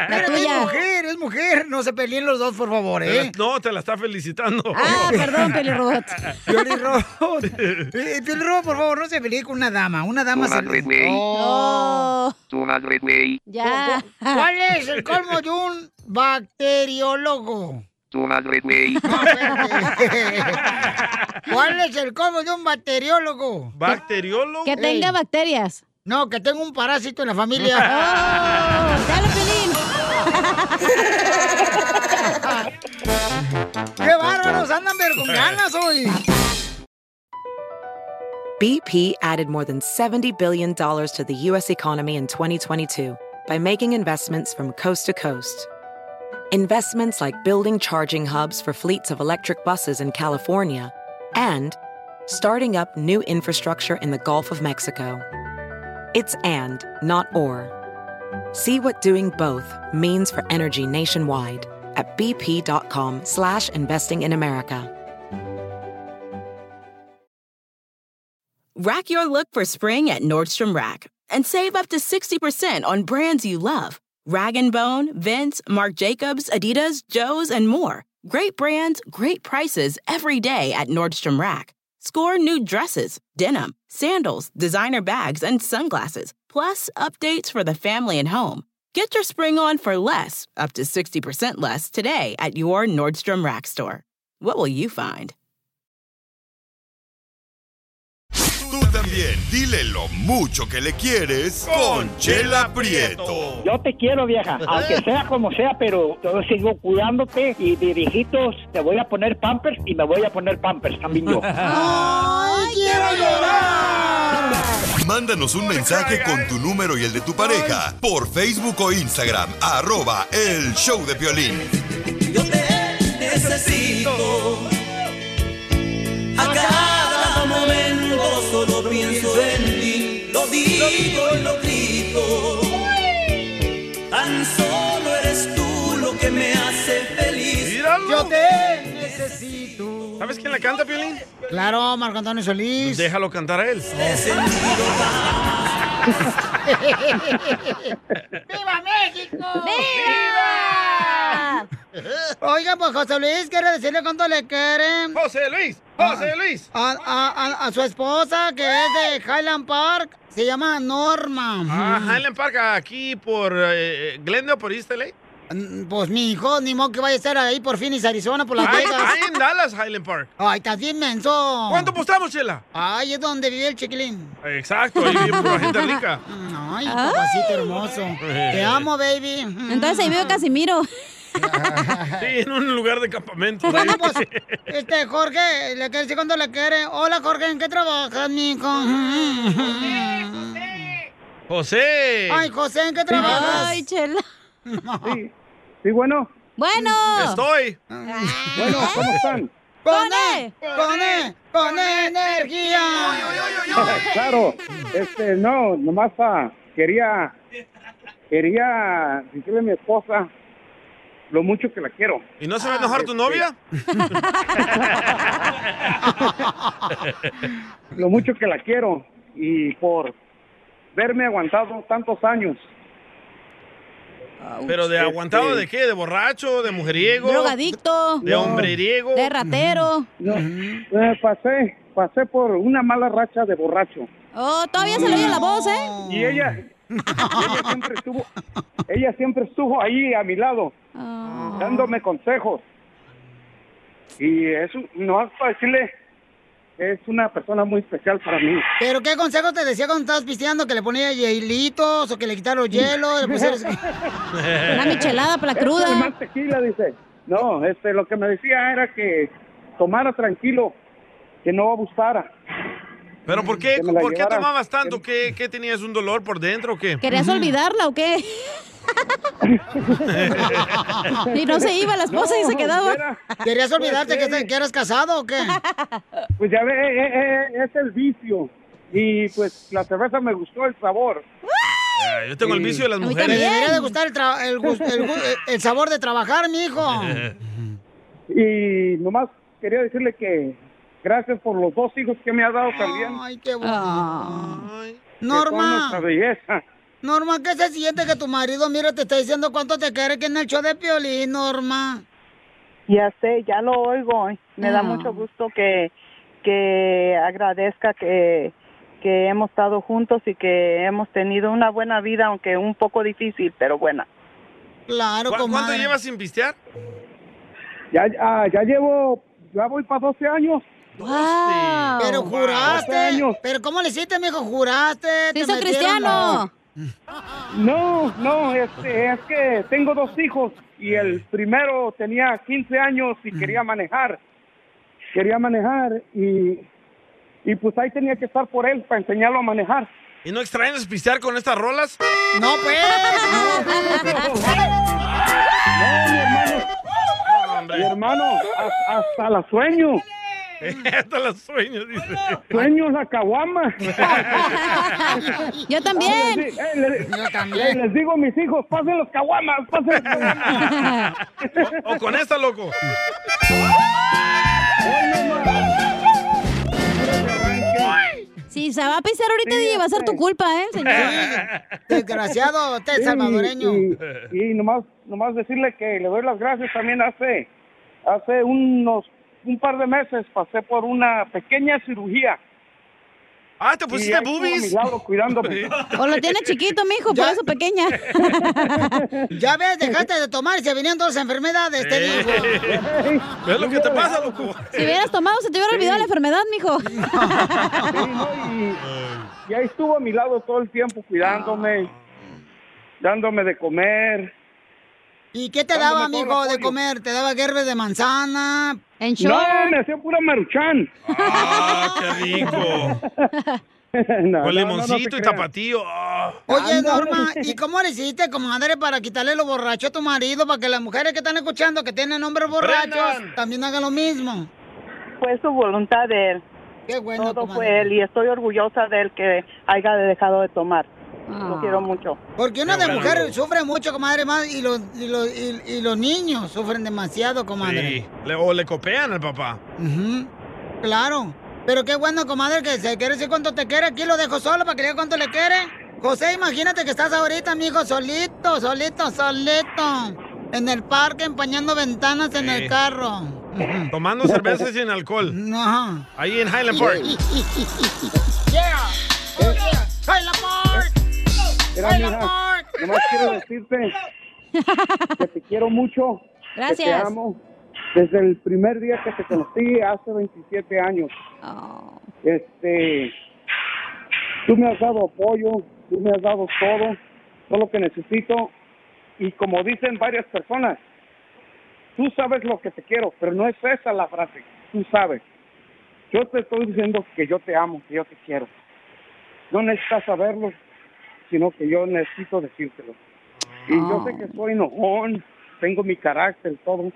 S2: Mira,
S6: tuya.
S2: es mujer, es mujer. No se peleen los dos, por favor,
S3: Te la-
S2: ¿eh?
S3: No, te la está felicitando.
S6: Ah, perdón, pelirrobot.
S2: Pelirrobot. Eh, Pelirrobot, por favor, no se pelee con una dama. Una dama
S26: Una
S2: se...
S26: red ley.
S6: Oh,
S26: Una red ley.
S6: ya.
S2: ¿Cuál es el colmo de un bacteriólogo?
S26: Una red ley.
S2: ¿Cuál es el colmo de un bacteriólogo?
S3: ¿Bacteriólogo?
S6: Que tenga bacterias.
S2: No, que tenga un parásito en la familia.
S6: Oh, ¡Dale, Pelín!
S2: ¡Qué bárbaros! Andan pero con ganas hoy.
S1: BP added more than $70 billion to the U.S. economy in 2022 by making investments from coast to coast. Investments like building charging hubs for fleets of electric buses in California and starting up new infrastructure in the Gulf of Mexico. It's and, not or. See what doing both means for energy nationwide at bp.com slash investing in America.
S21: Rack your look for spring at Nordstrom Rack and save up to 60% on brands you love. Rag & Bone, Vince, Marc Jacobs, Adidas, Joe's, and more.
S16: Great brands, great prices every day at Nordstrom Rack. Score new dresses, denim, sandals, designer bags, and sunglasses, plus updates for the family and home. Get your spring on for less, up to 60% less, today at your Nordstrom Rack store. What will you find?
S4: Tú también, dile lo mucho que le quieres con Chela Prieto.
S20: Yo te quiero, vieja, aunque sea como sea, pero yo sigo cuidándote y de viejitos te voy a poner pampers y me voy a poner pampers también yo.
S4: ¡Ay, quiero llorar! Mándanos un mensaje con tu número y el de tu pareja por Facebook o Instagram, arroba el show de violín.
S9: necesito. A cada momento solo pienso en ti, lo digo y lo grito. Tan solo eres tú lo que me hace feliz.
S2: Yo te necesito.
S3: ¿Sabes quién la canta, Piolín?
S2: Claro, Marco Antonio Solís.
S3: Déjalo cantar a él.
S20: ¡Viva México!
S2: ¡Viva! Oiga, pues José Luis quiere decirle cuánto le quieren. Ah,
S3: José Luis, José Luis.
S2: A, a- a- a su esposa que es de Highland Park, se llama Norma.
S3: Ah, Highland Park, aquí por eh, Glendale, por East LA.
S2: Pues mi hijo, ni modo que vaya a estar ahí por Phoenix, Arizona, por Las
S3: Ahí-
S2: Vegas.
S3: ahí en Dallas, Highland Park.
S2: Ay, estás bien menso.
S3: ¿Cuánto apostamos, Chela?
S2: Ay, es donde vive el chiquilín.
S3: Exacto, ahí vive pura gente rica.
S2: Ay, papacito hermoso. Te amo, baby.
S6: Entonces ahí veo Casimiro.
S3: Sí, en un lugar de campamento.
S2: Bueno, pues, este, Jorge, le quiere decir cuánto le quiere. Hola, Jorge, ¿en qué trabajas, mijo?
S3: José.
S2: Ay, José, ¿en qué trabajas?
S6: Ay, chela.
S2: Sí,
S18: bueno.
S6: Bueno.
S3: Estoy.
S18: Bueno, ¿cómo están?
S2: ¡Pone! ¡Pone! ¡Pone e-, energía!
S18: claro, este, no, nomás ah, quería, quería decirle a mi esposa lo mucho que la quiero.
S3: ¿Y no se va a enojar
S2: Ah,
S3: tu novia?
S18: Lo mucho que la quiero y por verme aguantado tantos años.
S3: Pero de aguantado de qué? ¿De borracho? ¿De mujeriego?
S6: Drogadicto.
S3: De hombreriego.
S6: De ratero.
S18: No, eh, pasé, pasé por una mala racha de borracho.
S6: Oh, todavía se le oye la voz, ¿eh?
S18: Y ella, ella siempre estuvo, ella siempre estuvo ahí a mi lado, dándome consejos. Y eso, no es para decirle, es una persona muy especial para mí.
S2: ¿Pero qué consejo te decía cuando estabas pisteando? ¿Que le ponía hielitos o que le quitaron hielo? Le pusieras...
S18: Una
S6: michelada para la cruda.
S18: más tequila, dice. No, este, lo que me decía era que tomara tranquilo, que no abusara.
S3: ¿Pero por qué?
S18: Que me la
S3: ¿Por qué
S18: llevara.
S3: tomabas tanto? ¿Qué, qué tenías? ¿Un dolor por dentro o qué?
S6: ¿Querías olvidarla o qué? Y no se iba la esposa y se quedaba.
S2: ¿Querías olvidarte que, te- que eras casado o qué?
S18: Pues ya ve, eh, eh, eh, es el vicio. Y pues la cerveza me gustó el sabor.
S3: Ah, Yo tengo el vicio de las
S2: Te debería de
S3: mujeres.
S2: gustar el, tra- el gus- el gu- eh, el sabor de trabajar, mijo.
S18: Y nomás quería decirle que gracias por los dos hijos que me ha dado también.
S2: Ay, qué
S18: Ah.
S2: bonito.
S18: que son
S2: Norma.
S18: nuestra belleza.
S2: Norma, ¿qué se siente que tu marido, mira, te está diciendo cuánto te quiere que en el show de Piolín, Norma?
S19: Ya sé, ya lo oigo. Me da
S2: Ah.
S19: mucho gusto que, que agradezca que, que hemos estado juntos y que hemos tenido una buena vida, aunque un poco difícil, pero buena.
S2: Claro,
S3: ¿Cuánto llevas sin pistear?
S18: Ya, ya, ya llevo, ya voy para 12 años.
S2: Pero
S18: Wow.
S2: juraste.
S18: 12 años.
S2: Pero ¿cómo le hiciste, mijo? Juraste.
S18: hizo
S2: metieron
S18: cristiano.
S2: la-
S18: No, no, este, es que tengo dos hijos y el primero tenía 15 años y quería manejar. Quería manejar y, y pues ahí tenía que estar por él para enseñarlo a manejar.
S3: ¿Y no extrañas pistear con estas rolas?
S2: No,
S18: pues. No, mi hermano. Mi hermano, has- hasta la sueño.
S3: Hasta los sueños, dice.
S18: Sueño la caguama.
S6: Yo también.
S18: Les, di- eh, les-
S6: Yo también.
S18: les digo a mis hijos, pasen los caguamas, pasen los caguamas.
S3: O con esta, loco.
S6: Si se va a pisar ahorita, DJ, va a ser tu culpa, ¿eh, señor?
S2: Desgraciado, usted es salvadoreño.
S18: Y, y nomás, nomás decirle que le doy las gracias también hace hace unos un par de meses pasé por una pequeña cirugía.
S3: Ah, te
S6: pusiste boobies?
S18: cuidándome.
S6: O lo tiene chiquito, mijo, por eso pequeña.
S2: Ya ves, dejaste de tomar y se vinieron todas las enfermedades, te digo.
S3: ¿Ves lo que te pasa, loco?
S6: Si hubieras tomado, se te hubiera olvidado la enfermedad, mijo.
S18: Y ahí estuvo a mi lado todo el tiempo cuidándome, dándome de comer.
S2: ¿Y qué te daba, mijo, de comer? ¿Te daba guerbe de manzana? En
S18: No, me hacía pura maruchan.
S3: Ah, qué rico.
S18: No,
S3: Con
S18: no, no, no
S3: limoncito
S18: se
S3: y
S18: crean.
S3: tapatío. Ah.
S2: Oye, Norma, ¿y cómo le hiciste, comadre, para quitarle lo borracho a tu marido? Para que las mujeres que están escuchando que tienen hombres borrachos
S19: Brendan.
S2: también hagan lo mismo.
S19: Fue su voluntad de él. Todo fue él y estoy orgullosa de él que haya dejado de tomar. Lo quiero mucho.
S2: Porque una
S19: Qué
S2: de
S19: bueno.
S2: mujeres sufre mucho, comadre, más y los, y los, y, y los niños sufren demasiado, comadre.
S3: Sí. Le- o le copean al papá.
S2: Ujú, Claro. Pero qué bueno, comadre, que se quiere decir cuánto te quiere. Aquí lo dejo solo para que le diga cuánto le quiere. José, imagínate que estás ahorita, mijo, solito, solito, solito. En el parque, empañando ventanas en
S3: Sí.
S2: el carro.
S3: Tomando cerveza sin alcohol.
S2: No.
S3: Ahí en Highland Park.
S2: ¡Yeah! ¡Oh, yeah! ¡Baila, Park!
S18: Mira,
S2: ¡Baila,
S18: mija,
S2: Park!
S18: nomás quiero decirte que te quiero mucho. Que te
S2: Gracias.
S18: amo. Desde el primer día que te conocí, hace 27 años. Este, tú me has dado apoyo, tú me has dado todo, todo lo que necesito. Y como dicen varias personas, tú sabes lo que te quiero, pero no es esa la frase, tú sabes. Yo te estoy diciendo que yo te amo, que yo te quiero. No necesitas saberlo, sino que yo necesito decírtelo. Y yo sé que soy enojón, tengo mi carácter, todo,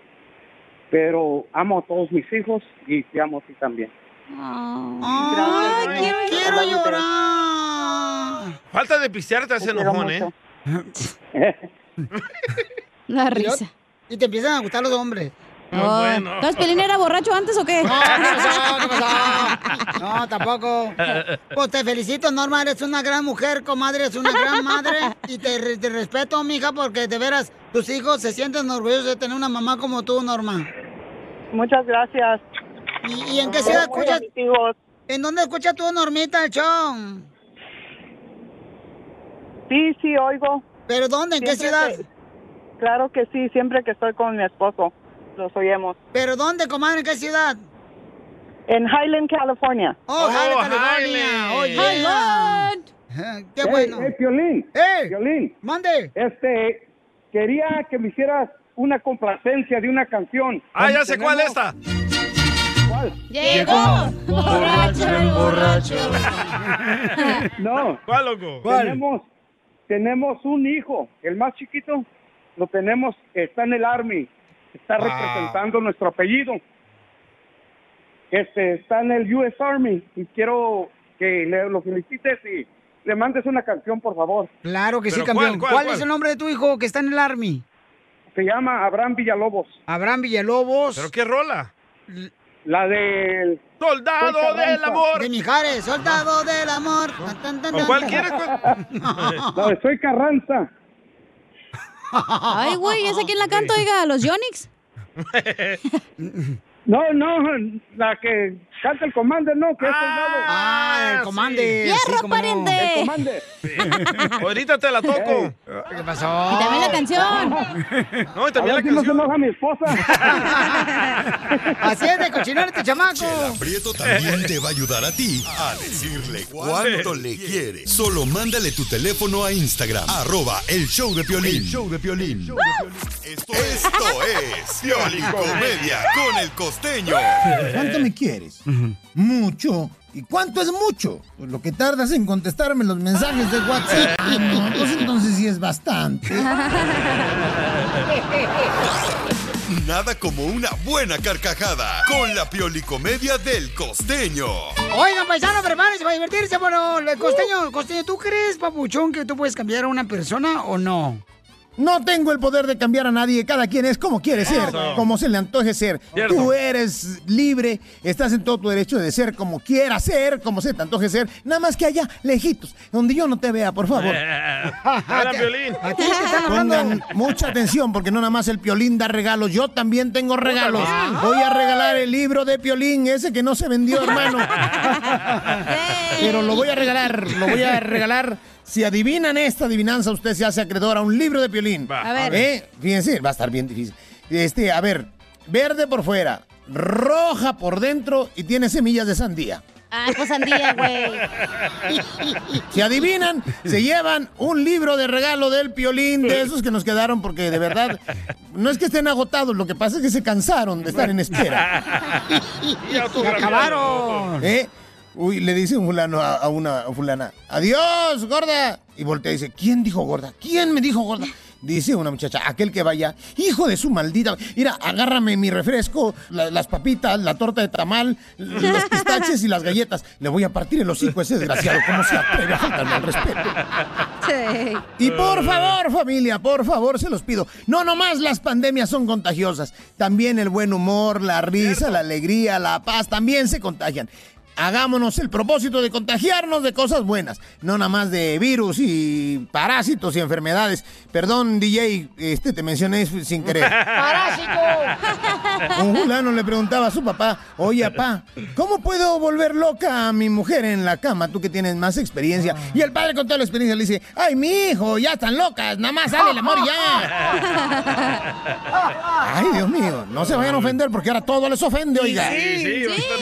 S18: pero amo a todos mis hijos y te amo a ti también.
S2: Ay, quiero, quiero llorar.
S3: Falta de pistear te hace enojón, ¿eh?
S6: La risa.
S2: Y te empiezan a gustar los hombres.
S6: Oh, Entonces, Pelín era borracho antes o qué?
S2: No, ¿qué pasó? ¿Qué pasó? No, tampoco.
S3: Oh,
S2: Pues te felicito, Norma, eres una gran mujer, comadre, eres una gran madre. Y te, re- te respeto, mija, porque de veras tus hijos se sienten orgullosos de tener una mamá como tú, Norma.
S19: Muchas gracias.
S2: ¿Y, y en qué ciudad
S19: Muy
S2: escuchas? ¿En dónde escuchas tú, Normita, el show?
S19: Sí, sí, oigo.
S2: ¿Pero dónde? ¿En qué ciudad?
S19: claro que sí, siempre que estoy con mi esposo, los oímos.
S2: ¿Pero dónde, comadre? ¿En qué ciudad?
S19: En Highland, California.
S2: Oh, Highland, California. Oh, yeah. Qué bueno.
S18: Eh, Piolín.
S2: Eh.
S18: Piolín.
S2: Mande.
S18: Este, quería que me hicieras una complacencia de una canción.
S3: Ah, ya sé cuál es
S18: Tenemos-
S3: esta.
S18: Llegó borracho el borracho. No.
S3: ¿Cuál, loco?
S18: Tenemos, tenemos un hijo, el más chiquito, lo tenemos, está en el Army,
S2: Ah.
S18: está
S3: Wow.
S18: representando nuestro apellido. Este, está en el US Army y quiero que le, lo felicites y le mandes una canción, por favor.
S2: Claro que sí,
S18: ¿Pero cuál,
S2: campeón.
S18: cuál,
S2: ¿Cuál
S18: cuál?
S2: es el nombre de tu hijo que está en el Army?
S18: Se llama Abraham Villalobos.
S2: Abraham Villalobos.
S3: ¿Pero qué rola?
S18: La del...
S3: ¡Soldado del amor!
S2: De Mijares, soldado del amor. Tan, tan, tan,
S3: ¿O
S2: tan.
S3: cuál quieres? cuál?
S18: La de Soy Carranza.
S6: Ay, güey, ¿esa quién la canta, oiga? ¿Los Yonix?
S18: No, no, la que canta el comandante, no, que es soldado.
S2: Ah, el comandante.
S6: sí. ¡Hierro, pariente!
S18: El comandante.
S3: Ahorita te la toco.
S2: ¿Qué pasó?
S6: Y también la canción.
S3: No, y
S18: A
S3: también
S18: ver
S3: la
S18: si no se
S3: canción.
S18: enoja mi esposa.
S2: Así es de cochinar este chamaco.
S4: Prieto también te va a ayudar a ti a decirle cuánto le quiere. Solo mándale tu teléfono a Instagram, arroba el show de Piolín.
S10: El
S4: show de Piolín. Esto es Piolín Comedia con el Costeño.
S13: ¿Cuánto me quieres? Mucho. ¿Y cuánto es mucho? Pues lo que tardas en contestarme los mensajes de WhatsApp. Ah, no, pues entonces sí es bastante.
S4: Nada como una buena carcajada con la piolicomedia del costeño.
S2: Oigan, paisano, prepárense para divertirse. Bueno, el costeño, costeño, ¿tú crees, papuchón, que tú puedes cambiar a una persona o no?
S13: No tengo el poder de cambiar a nadie, cada quien es como quiere ser,
S1: Eso.
S13: como se le antoje ser.
S1: Cierto.
S13: Tú eres libre, estás en todo tu derecho de ser como quiera ser, como se te antoje ser, nada más que allá, lejitos, donde yo no te vea, por favor.
S1: Eh.
S3: Era violín.
S13: Aquí te están hablando. Pongan mucha atención porque no nada más el Piolín da regalos, yo también tengo regalos.
S1: también.
S13: Voy a regalar el libro de Piolín, ese que no se vendió, hermano. Pero lo voy a regalar, lo voy a regalar. Si adivinan esta adivinanza, usted se hace acreedor a un libro de Piolín.
S1: A ver.
S13: ¿Eh? Fíjense, va a estar bien difícil. Este, a ver, verde por fuera, roja por dentro y tiene semillas de sandía.
S6: Ah, pues sandía, güey.
S13: Si adivinan, se llevan un libro de regalo del Piolín, de esos que nos quedaron, porque de verdad, no es que estén agotados, lo que pasa es que se cansaron de estar en espera.
S1: Se acabaron.
S13: ¿Eh? Uy, le dice un fulano a, a una a fulana, adiós, gorda. Y voltea y dice, ¿quién dijo gorda? ¿Quién me dijo gorda? Dice una muchacha, aquel que vaya, hijo de su maldita. Mira, agárrame mi refresco, la- las papitas, la torta de tamal, l- los pistaches y las galletas. Le voy a partir el hocico a ese desgraciado. ¿Cómo se atreve a faltarme al respeto? Y por favor, familia, por favor, se los pido. No nomás las pandemias son contagiosas. También el buen humor, la risa, la alegría, la paz, también se contagian. Hagámonos el propósito de contagiarnos de cosas buenas, no nada más de virus y parásitos y enfermedades. Perdón, DJ, este te mencioné sin querer. Un fulano le preguntaba a su papá, oye, papá, ¿cómo puedo volver loca a mi mujer en la cama? Tú que tienes más
S3: Ah.
S13: experiencia. Y el padre con toda la experiencia le dice, ay, mi hijo, ya están locas, nada más sale el amor y ya. ay, Dios mío, no se vayan a ofender porque ahora todo les ofende, oiga.
S3: Sí, sí, ahorita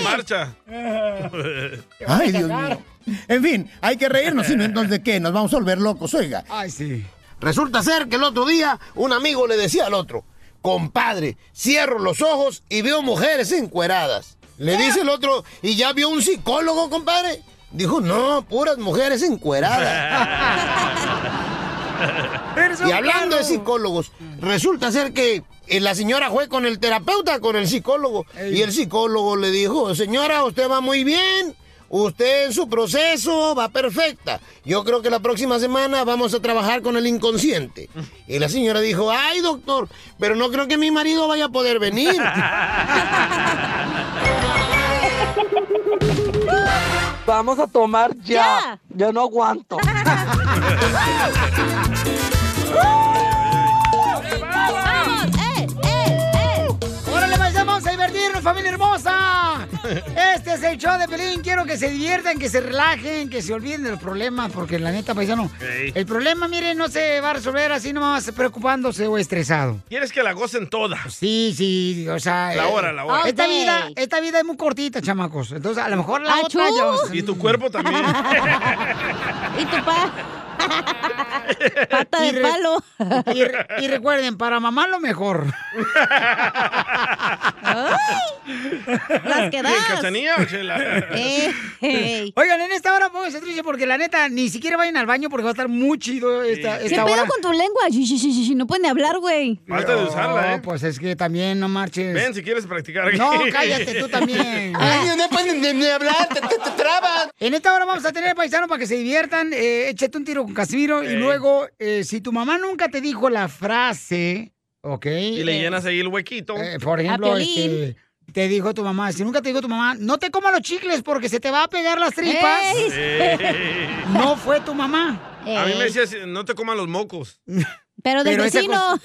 S3: en marcha.
S13: Ay, Dios mío. En fin, hay que reírnos, sino entonces de qué, nos vamos a volver locos, oiga.
S2: Ay, sí.
S13: Resulta ser que el otro día un amigo le decía al otro, compadre, cierro los ojos y veo mujeres encueradas. Le dice el otro, ¿y ya vio un psicólogo, compadre? Dijo, no, puras mujeres encueradas. y hablando de psicólogos, resulta ser que eh, la señora fue con el terapeuta, con el psicólogo, y el psicólogo le dijo, señora, usted va muy bien. Usted en su proceso va perfecta. Yo creo que la próxima semana vamos a trabajar con el inconsciente. Y la señora dijo, ay doctor, pero no creo que mi marido vaya a poder venir.
S14: Vamos a tomar ya. Yo no aguanto.
S2: ¡Vamos! ¡Eh! ¡Eh! ¡Eh! ¡Órale, paisanos, vamos a divertirnos, familia hermosa! Este es el show de Pelín. Quiero que se diviertan, que se relajen, que se olviden de los problemas, porque la neta, paisano,
S3: Ok.
S2: el problema, miren, no se va a resolver así nomás preocupándose o estresado.
S3: Quieres que la gocen toda.
S2: Sí, sí, o sea...
S3: La
S2: eh,
S3: hora, la hora.
S2: Esta vida, esta vida es muy cortita, chamacos. Entonces, a lo mejor la
S3: Achú.
S2: otra ya vamos a-
S3: Y tu cuerpo también.
S2: Y tu pa. Pata
S6: de
S2: palo. Y, re- y recuerden, para mamá lo mejor.
S3: Las que das. ¿Qué, Cachanilla o Chela?
S2: Oigan, en esta hora pónganse tristes porque la neta, ni siquiera vayan al baño porque va a estar muy chido esta,
S6: ¿Qué
S2: esta hora.
S6: pedo con tu lengua? Sí, sí, sí, sí, sí, No pueden hablar, güey.
S3: Falta de usarla,
S2: No,
S3: ¿eh?
S2: pues es que también no marches.
S3: Ven si quieres practicar. aquí.
S2: No, cállate tú también. no pueden ni, hablar, te, trabas. En esta hora vamos a tener paisano para que se diviertan. eh, échate un tiro con Casimiro y
S3: Ey.
S2: luego, eh, si tu mamá nunca te dijo la frase, ¿ok?
S3: Y le
S2: Eh,
S3: llenas ahí el huequito.
S2: Por ejemplo, este, te dijo tu mamá, si nunca te dijo tu mamá, no te comas los chicles porque se te va a pegar las tripas.
S3: Ey.
S2: No fue tu mamá.
S3: A mí me decías, no te coman los mocos.
S6: Pero del
S2: Pero esa
S6: vecino.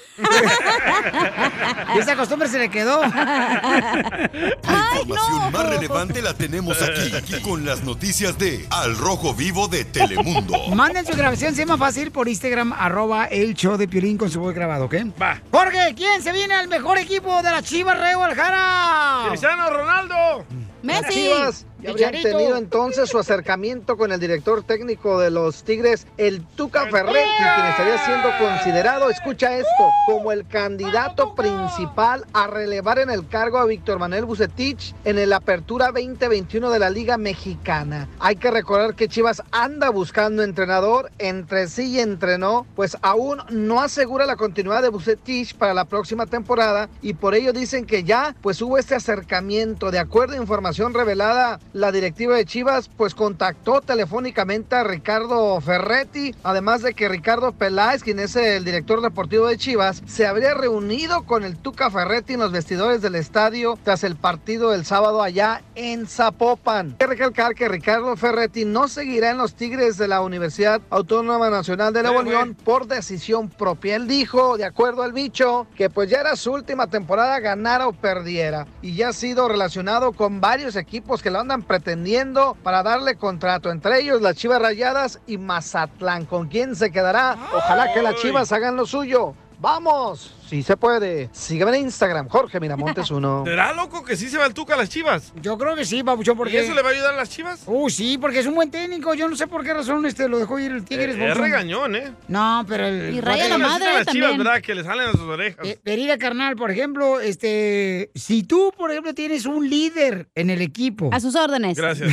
S2: Esa costumbre se le quedó.
S4: La información más relevante la tenemos aquí, aquí, con las noticias de Al Rojo Vivo de Telemundo.
S2: Manden su grabación, si es más fácil, por Instagram, arroba el show de Piolín con su voz grabado, ¿ok? Va. Jorge, ¿quién se viene al mejor equipo de la Chivas Rey Guadalajara?
S3: ¡Cristiano Ronaldo!
S5: Las Chivas ya habrían tenido entonces su acercamiento con el director técnico de los Tigres, el Tuca Ferretti, quien estaría siendo considerado, escucha esto, como el candidato principal a relevar en el cargo a Víctor Manuel Bucetich en el Apertura 2021 de la Liga Mexicana. Hay que recordar que Chivas anda buscando entrenador, entre sí y entre no, pues aún no asegura la continuidad de Bucetich para la próxima temporada y por ello dicen que ya pues hubo este acercamiento de acuerdo a información revelada la directiva de Chivas pues contactó telefónicamente a Ricardo Ferretti, además de que Ricardo Peláez, quien es el director deportivo de Chivas, se habría reunido con el Tuca Ferretti en los vestidores del estadio tras el partido del sábado allá en Zapopan. Hay que recalcar que Ricardo Ferretti no seguirá en los Tigres de la Universidad Autónoma Nacional de Nuevo León por decisión propia. Él dijo, de acuerdo al bicho, que pues ya era su última temporada ganara o perdiera y ya ha sido relacionado con varios equipos que lo andan pretendiendo para darle contrato, entre ellos las Chivas Rayadas y Mazatlán. ¿Con quién se quedará? Ojalá que las Chivas hagan lo suyo. ¡Vamos! Si se puede. Sígueme en Instagram, Jorge Miramontes 1.
S3: ¿Será loco que sí se va el Tuca a las Chivas?
S2: Yo creo que sí, Papuchón, porque...
S3: ¿Y eso le va a ayudar a las Chivas?
S2: Uh, sí, porque es un buen técnico. Yo no sé por qué razón este lo dejó ir el Tigres.
S3: Eh,
S2: Bonfón.
S3: es regañón, ¿eh?
S2: No, pero el...
S3: Y raya la madre las Chivas,
S2: también.
S3: ¿verdad? Que le salen a sus orejas.
S2: Eh, Herida carnal, por ejemplo, este, si tú, por ejemplo, tienes un líder en el equipo.
S6: A sus órdenes.
S3: Gracias.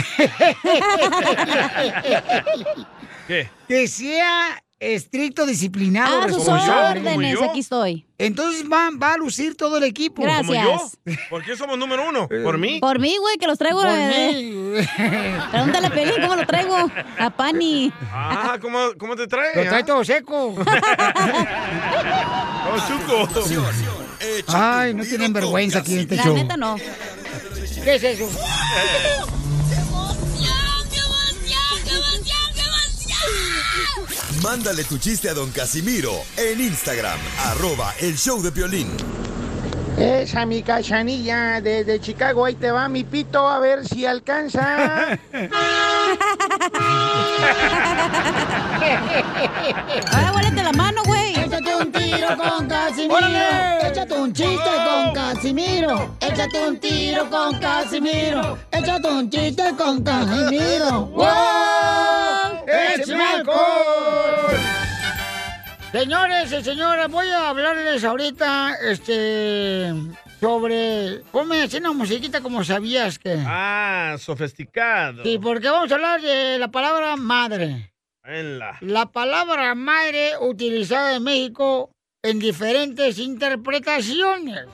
S3: ¿Qué?
S2: que sea estricto, disciplinado,
S6: A sus
S2: responsable.
S6: órdenes, aquí estoy.
S2: Entonces va, va a lucir todo el equipo.
S3: ¿Como yo? ¿Por qué somos número uno?
S2: Eh,
S3: ¿Por mí?
S6: Por mí, güey, que los traigo.
S2: Por
S6: eh, Pregúntale a Pelín cómo lo traigo. A Pani.
S3: Ah, ¿cómo, cómo te trae? Ah,
S2: Lo trae todo seco.
S3: Oh, chuco.
S2: Ay, no tienen vergüenza aquí en este
S6: La
S2: show.
S6: neta no.
S2: ¿Qué es eso?
S4: Mándale tu chiste a don Casimiro en Instagram, arroba el show de Piolín.
S15: Esa mi cachanilla desde Chicago, ahí te va mi pito, a ver si alcanza.
S6: Ahora vuélete la mano, güey.
S2: Échate un tiro con Casimiro.
S15: ¡Órale!
S2: Échate un chiste con Casimiro. Échate un tiro con Casimiro. Échate un chiste con Casimiro. ¡Wow!
S15: ¡Échame alcohol!
S2: Señores y señoras, voy a hablarles ahorita, este, sobre... Ponme así una musiquita como sabías que...
S3: Ah, sofisticado.
S2: Sí, porque vamos a hablar de la palabra madre.
S3: Venla.
S2: La palabra madre utilizada en México en diferentes interpretaciones.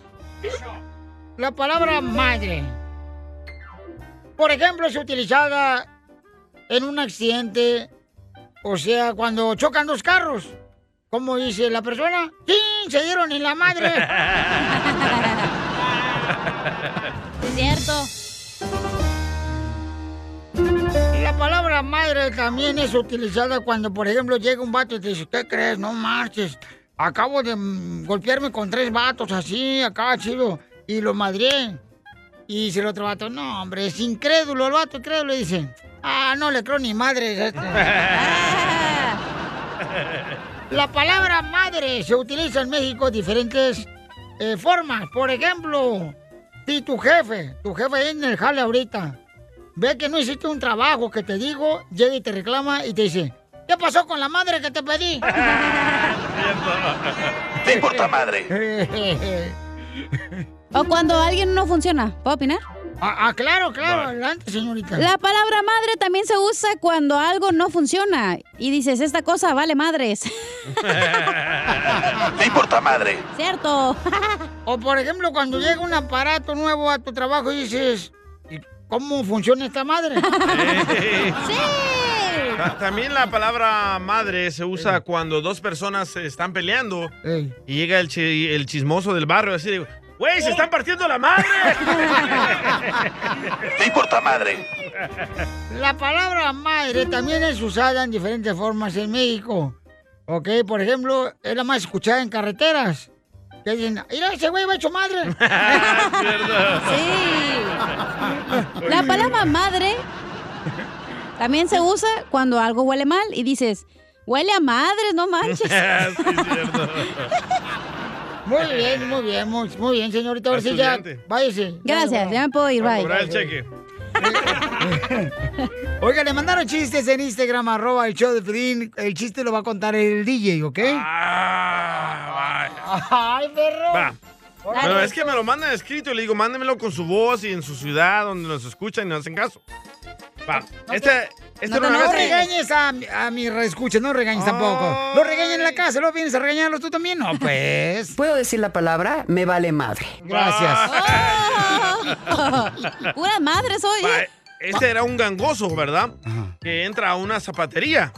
S2: La palabra madre. Por ejemplo, es utilizada en un accidente, o sea, cuando chocan dos carros. Como dice la persona, ¡Sí! Se dieron en la madre.
S6: Es cierto.
S2: La palabra madre también es utilizada cuando, por ejemplo, llega un vato y te dice, ¿qué crees? No marches. Acabo de mm, golpearme con tres vatos así, acá chido, y lo madrié. Y dice el otro vato, no, hombre, es incrédulo. El vato incrédulo y dice, ah, no le creo ni madre. a este". La palabra madre se utiliza en México de diferentes eh, formas. Por ejemplo, si tu jefe, tu jefe ahí en el jale ahorita, ve que no hiciste un trabajo que te digo, llega y te reclama y te dice, ¿qué pasó con la madre que te pedí?
S9: ¡Te importa madre!
S6: O cuando alguien no funciona. ¿Puedo opinar?
S2: Ah, claro, claro. Adelante, señorita.
S6: La palabra madre también se usa cuando algo no funciona. Y dices, esta cosa vale madres.
S9: ¡Te importa madre!
S6: Cierto.
S2: o por ejemplo, cuando llega un aparato nuevo a tu trabajo y dices, "¿Y ¿cómo funciona esta madre?
S3: Ta- Ah, También la palabra madre se usa cuando dos personas se están peleando y llega el, chi- el chismoso del barrio así digo, ¡Güey, se están partiendo la madre!
S9: ¡Te importa madre!
S2: La palabra madre también es usada en diferentes formas en México. Ok, por ejemplo, es la más escuchada en carreteras. Que dicen, mira, ese güey va hecho madre.
S6: Sí. La palabra madre también se usa cuando algo huele mal y dices, huele a madres, no manches.
S2: Muy bien, muy bien, muy, muy bien, señorita. Ahora sí ya,
S6: Estudiante.
S2: váyese.
S6: Gracias, ya me puedo ir, bye.
S2: Oiga, le mandaron chistes en Instagram, arroba el show de Piolín. El chiste lo va a contar el DJ, ¿ok? ¡Ay, perro!
S3: Va.
S2: Dale.
S3: Pero es que me lo mandan escrito y le digo, mándemelo con su voz y en su ciudad donde nos escuchan y nos hacen caso. Va. Esta, esta
S2: Este-
S3: era
S2: no,
S3: una
S2: no
S3: vez que-
S2: regañes a, a mi reescucha, no regañes tampoco. Lo regañen en la casa, luego vienes a regañarlos tú también. No, pues.
S23: ¿Puedo decir la palabra? Me vale madre.
S2: Gracias.
S6: Pura madre soy. ¿eh?
S3: Va, Este era un gangoso, ¿verdad? Que entra a una zapatería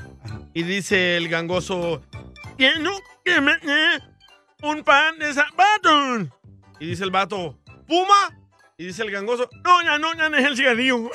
S3: y dice el gangoso, quiero que me dé un pan de zapatos. Y dice el vato, ¿puma? Y dice el gangoso, no, ya no, ya no es el cigarrillo.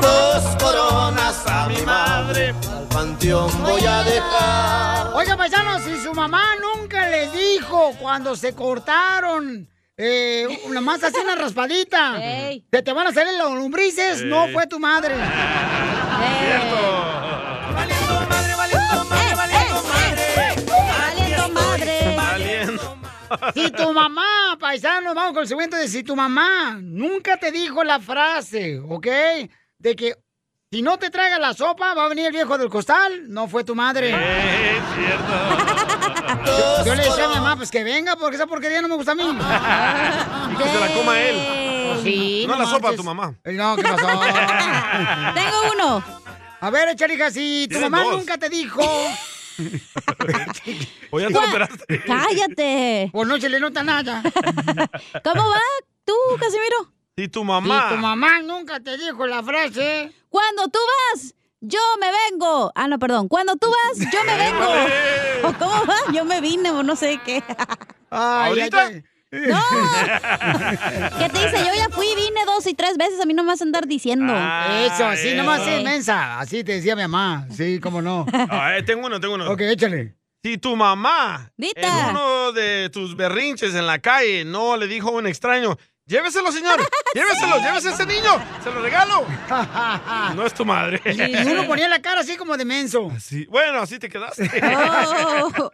S9: Dos coronas a mi madre, al panteón voy a dejar.
S2: Oiga, paisanos, si su mamá nunca les dijo cuando se cortaron eh, una masa así una raspadita,
S9: Ey.
S2: que te van a salir los lombrices, no
S9: Ey.
S2: fue tu madre.
S9: Valiendo madre.
S2: Si tu mamá, paisano, vamos con el segmento de si tu mamá nunca te dijo la frase, ¿ok? De que si no te traga la sopa, va a venir el viejo del costal, no fue tu madre. Yo, yo le decía a mi mamá, pues que venga, porque esa porquería no me gusta a mí.
S6: Ah,
S3: Y que se la coma él.
S2: Pues sí,
S3: no, la sopa a
S2: marches.
S3: tu mamá.
S2: Eh, No, ¿qué pasó? Tengo uno. A ver, échale, hija, si tu
S3: Tienes
S2: mamá
S3: dos.
S2: nunca te dijo.
S3: O ya te
S6: Gua-
S3: operaste.
S6: ¡Cállate!
S2: Pues no se le nota nada.
S6: ¿Cómo va tú, Casimiro?
S3: Si tu mamá.
S6: Si tu
S2: mamá nunca te dijo la frase.
S6: Cuando tú vas, yo me vengo. Ah, no, perdón. Cuando tú vas, yo me vengo. ¿O cómo va? Yo me vine o no sé qué.
S9: ¿Ahorita?
S6: No. ¿Qué te dice? Yo ya fui, vine dos y tres veces. A mí no me vas a andar diciendo.
S2: Ah, Eso, así nomás es
S6: Sí.
S2: mensa. Así te decía mi mamá. Sí, cómo no.
S3: Ah, eh, tengo uno, tengo uno.
S2: Ok, échale.
S3: Si tu mamá
S6: Dita.
S3: en uno de tus berrinches en la calle no le dijo a un extraño, lléveselo, señor, lléveselo, llévese a ese niño, se lo regalo.
S2: Ah.
S3: no es tu madre.
S2: Y uno ponía la cara así como de menso.
S3: Sí, Bueno, así te quedaste.
S2: Oh.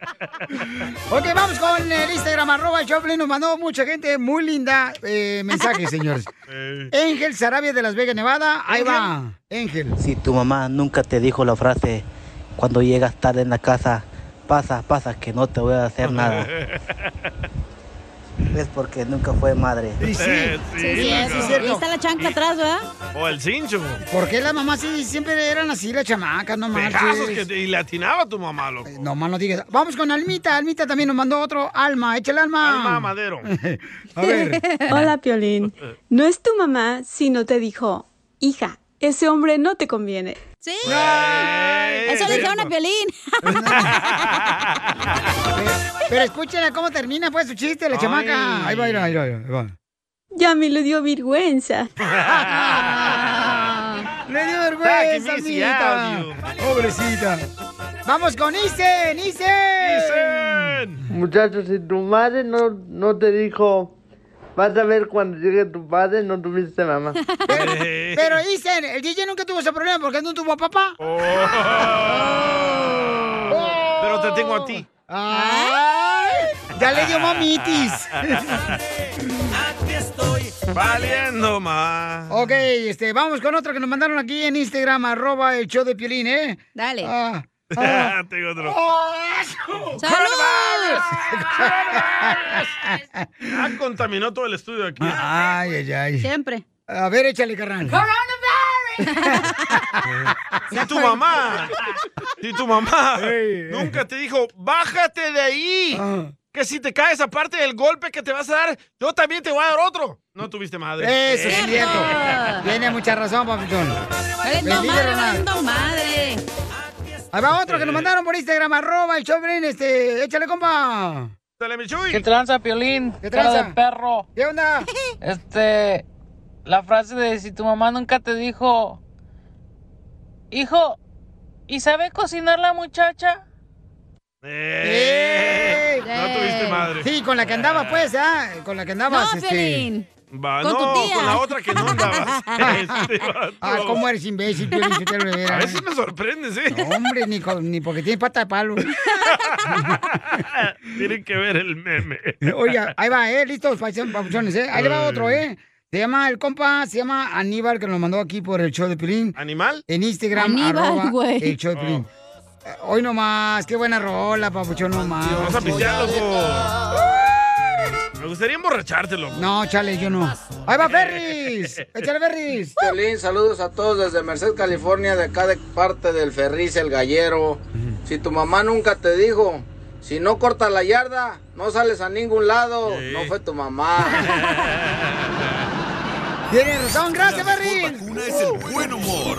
S2: Ok, vamos con el Instagram, arroba el Choplin. Nos mandó mucha gente muy linda eh, mensajes, señores. Ángel Sarabia de Las Vegas, Nevada. Ahí va. Ángel.
S23: Si tu mamá nunca te dijo la frase cuando llegas tarde en la casa, pasa, pasa, que no te voy a hacer nada. Es porque nunca fue madre.
S2: Y sí,
S3: Eh, sí,
S6: Sí, sí,
S3: la
S6: eso.
S3: cara.
S6: Y está la chancla atrás, ¿verdad?
S3: O el cincho.
S2: ¿Por qué las mamás sí siempre eran así, las chamacas? No
S3: Pegazos
S2: marches.
S3: que te- y le atinaba tu mamá, loco.
S2: No más no digas. Vamos con Almita. Almita también nos mandó otro. Alma, échale alma.
S3: Alma Madero.
S2: A ver.
S21: Hola, Piolín. No es tu mamá sino te dijo, hija, ese hombre no te conviene.
S6: Sí.
S21: Eso le dijeron
S6: a Piolín.
S2: Pero escúchenla cómo termina pues su chiste, la
S21: Ay.
S2: chamaca. Ahí va, ahí va, ahí va, ahí va.
S21: Ya me lo dio vergüenza.
S2: Le dio vergüenza,
S21: Taki, Missy,
S2: amiguita. Pobrecita. Vamos con Isen, Isen.
S22: Muchachos, si tu madre no, no te dijo, vas a ver cuando llegue tu padre, no tuviste mamá.
S2: Pero Isen, el DJ nunca tuvo ese problema porque no tuvo papá. Oh.
S3: Pero te tengo a ti.
S2: Ay, ya le dio mamitis.
S3: Valiendo más.
S2: Ok, este, vamos con otro que nos mandaron aquí en Instagram, arroba el show de Piolín, ¿eh?
S6: Dale.
S2: Ah, ah.
S3: Tengo otro. Ah, contaminó todo el estudio aquí.
S2: Ah, Ay, ay, ay.
S6: Siempre.
S2: A ver, échale, carnal.
S3: Si tu mamá, si tu mamá nunca te dijo, bájate de ahí,
S2: Ah.
S3: que si te caes aparte del golpe que te vas a dar, yo también te voy a dar otro. No tuviste madre. Eh.
S2: Eso es cierto. Tiene mucha razón, papuchón.
S6: Valiendo
S2: Bendiga,
S6: madre,
S2: carnal.
S6: valiendo madre.
S2: Ahí va otro que nos mandaron por Instagram, arroba el show de Piolín, este, échale, compa.
S12: ¿Qué tranza, Piolín?
S2: ¿Qué
S12: Cara
S2: tranza?
S12: de perro.
S2: ¿Qué onda?
S12: Este, la frase de si tu mamá nunca te dijo, hijo, ¿y sabe cocinar la muchacha?
S3: Eh. No tuviste madre. Eh.
S2: Sí, con la que andaba, pues, ¿ah? Con la que andabas, este.
S3: Va,
S2: Con
S3: no,
S2: tu tía.
S3: con la otra que no andabas. Este vato.
S2: Ah, ¿cómo eres imbécil, Piolín Sotelo, de veras?
S3: A veces me sorprendes, ¿eh?
S2: No, hombre, ni, con- ni porque tienes pata de palo.
S3: Tienen que ver el meme.
S2: Oiga, ahí va, ¿eh? Listos, paisón- papuchones, ¿eh? Ahí le va otro, ¿eh? Se llama el compa, se llama Aníbal, que nos mandó aquí por el show de Pilín.
S3: ¿Animal?
S2: En Instagram,
S3: Aníbal,
S2: arroba
S3: güey.
S2: el show de Pilín. Eh, Hoy nomás, qué buena rola, papuchón, nomás.
S3: Vamos a pistear, loco. Me gustaría emborracharte, loco.
S2: No, chale, yo no. Ahí va Ferris. Échale Ferris.
S27: Piolín, saludos a todos desde Merced, California, de acá de parte del Ferris el Gallero.
S5: Si tu mamá nunca te dijo, si no cortas la yarda, no sales a ningún lado, no fue tu mamá.
S2: Tienes razón, gracias, Barry.
S4: Una es el buen humor.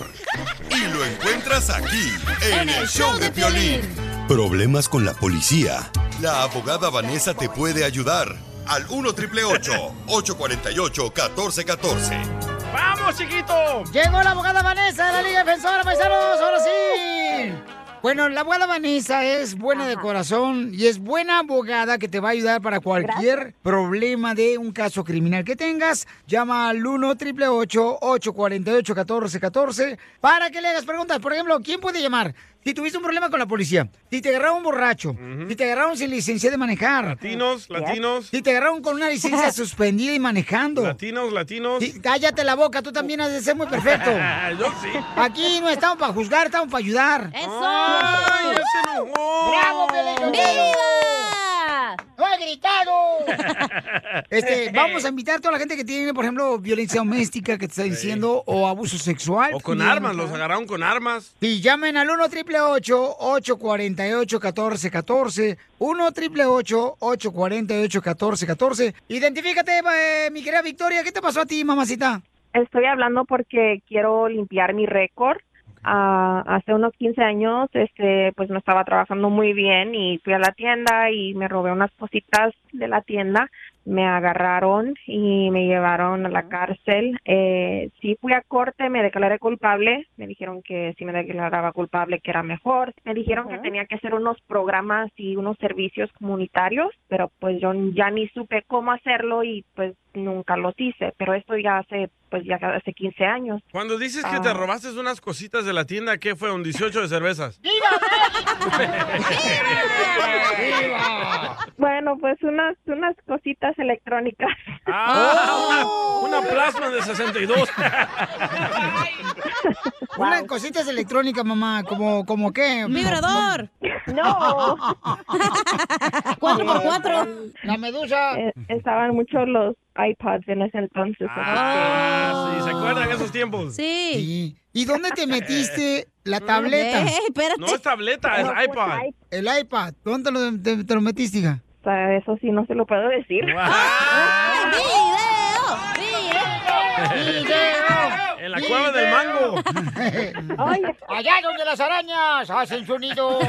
S4: Y lo encuentras aquí, en, el show de Piolín. Problemas con la policía. La abogada Vanessa te puede ayudar. Al 1 triple 848 1414.
S2: ¡Vamos, chiquito! Llegó la abogada Vanessa de la Liga Defensora, paisanos, ahora sí. Bueno, la abogada Vanessa es buena de corazón y es buena abogada que te va a ayudar para cualquier problema de un caso criminal que tengas. Llama al 1 848 1414 para que le hagas preguntas. Por ejemplo, ¿quién puede llamar? Si tuviste un problema con la policía, si te agarraron borracho, si te agarraron sin licencia de manejar.
S3: Latinos, latinos.
S2: Si te agarraron con una licencia suspendida y manejando.
S3: Latinos, latinos.
S2: Sí, cállate la boca, tú también has de ser muy perfecto.
S3: Yo sí.
S2: Aquí no estamos para juzgar, estamos para ayudar.
S3: ¡Eso! ¡Ay, ya se enojó!
S2: ¡Bravo, Pelín!
S3: ¡Viva!
S2: ¡No he gritado! Este, vamos a invitar a toda la gente que tiene, por ejemplo, violencia doméstica que te está diciendo o abuso sexual.
S3: O con
S2: Bien,
S3: armas, los
S2: ¿no?
S3: agarraron con armas.
S2: Y llamen al 1 triple 848 1414 1 triple 848 1414 Identifícate, eh, mi querida Victoria. ¿Qué te pasó a ti, mamacita?
S7: Estoy hablando porque quiero limpiar mi récord. Ah, hace unos 15 años, este, pues no estaba trabajando muy bien y fui a la tienda y me robé unas cositas de la tienda. Me agarraron y me llevaron a la cárcel. Eh, sí fui a corte, me declaré culpable. Me dijeron que si me declaraba culpable que era mejor. Me dijeron que
S19: Ujú.
S7: tenía que hacer unos programas y unos servicios comunitarios, pero pues yo ya ni supe cómo hacerlo y pues nunca los hice. Pero esto ya hace, pues ya hace 15 años.
S3: Cuando dices que te
S7: Ah.
S3: robaste unas cositas de la tienda, ¿qué fue? ¿Un 18 de cervezas?
S7: Bueno, pues unas unas cositas electrónicas.
S3: Ah, una, una plasma de 62.
S2: Una cositas electrónicas, mamá. ¿Como, como qué?
S7: vibrador. No.
S2: Ah, Cuatro por
S7: Eh,
S2: cuatro.
S7: estaban-
S2: La medusa.
S7: eh, estaban muchos los iPods en ese entonces.
S3: Ah, sí, ¿se acuerdan esos tiempos? Eh,
S2: Sí. ¿Y dónde te metiste la tableta?
S7: Ey, espérate.
S3: No es
S2: Ah,
S3: tableta, es
S7: No, pues,
S3: iPad.
S7: ay.
S2: El iPad. ¿Dónde te lo, te- te lo metiste, hija?
S7: O sea, eso sí no se lo puedo decir.
S3: ¡Video! ¡Video! En la cueva del mango.
S2: Allá donde las arañas hacen su nido.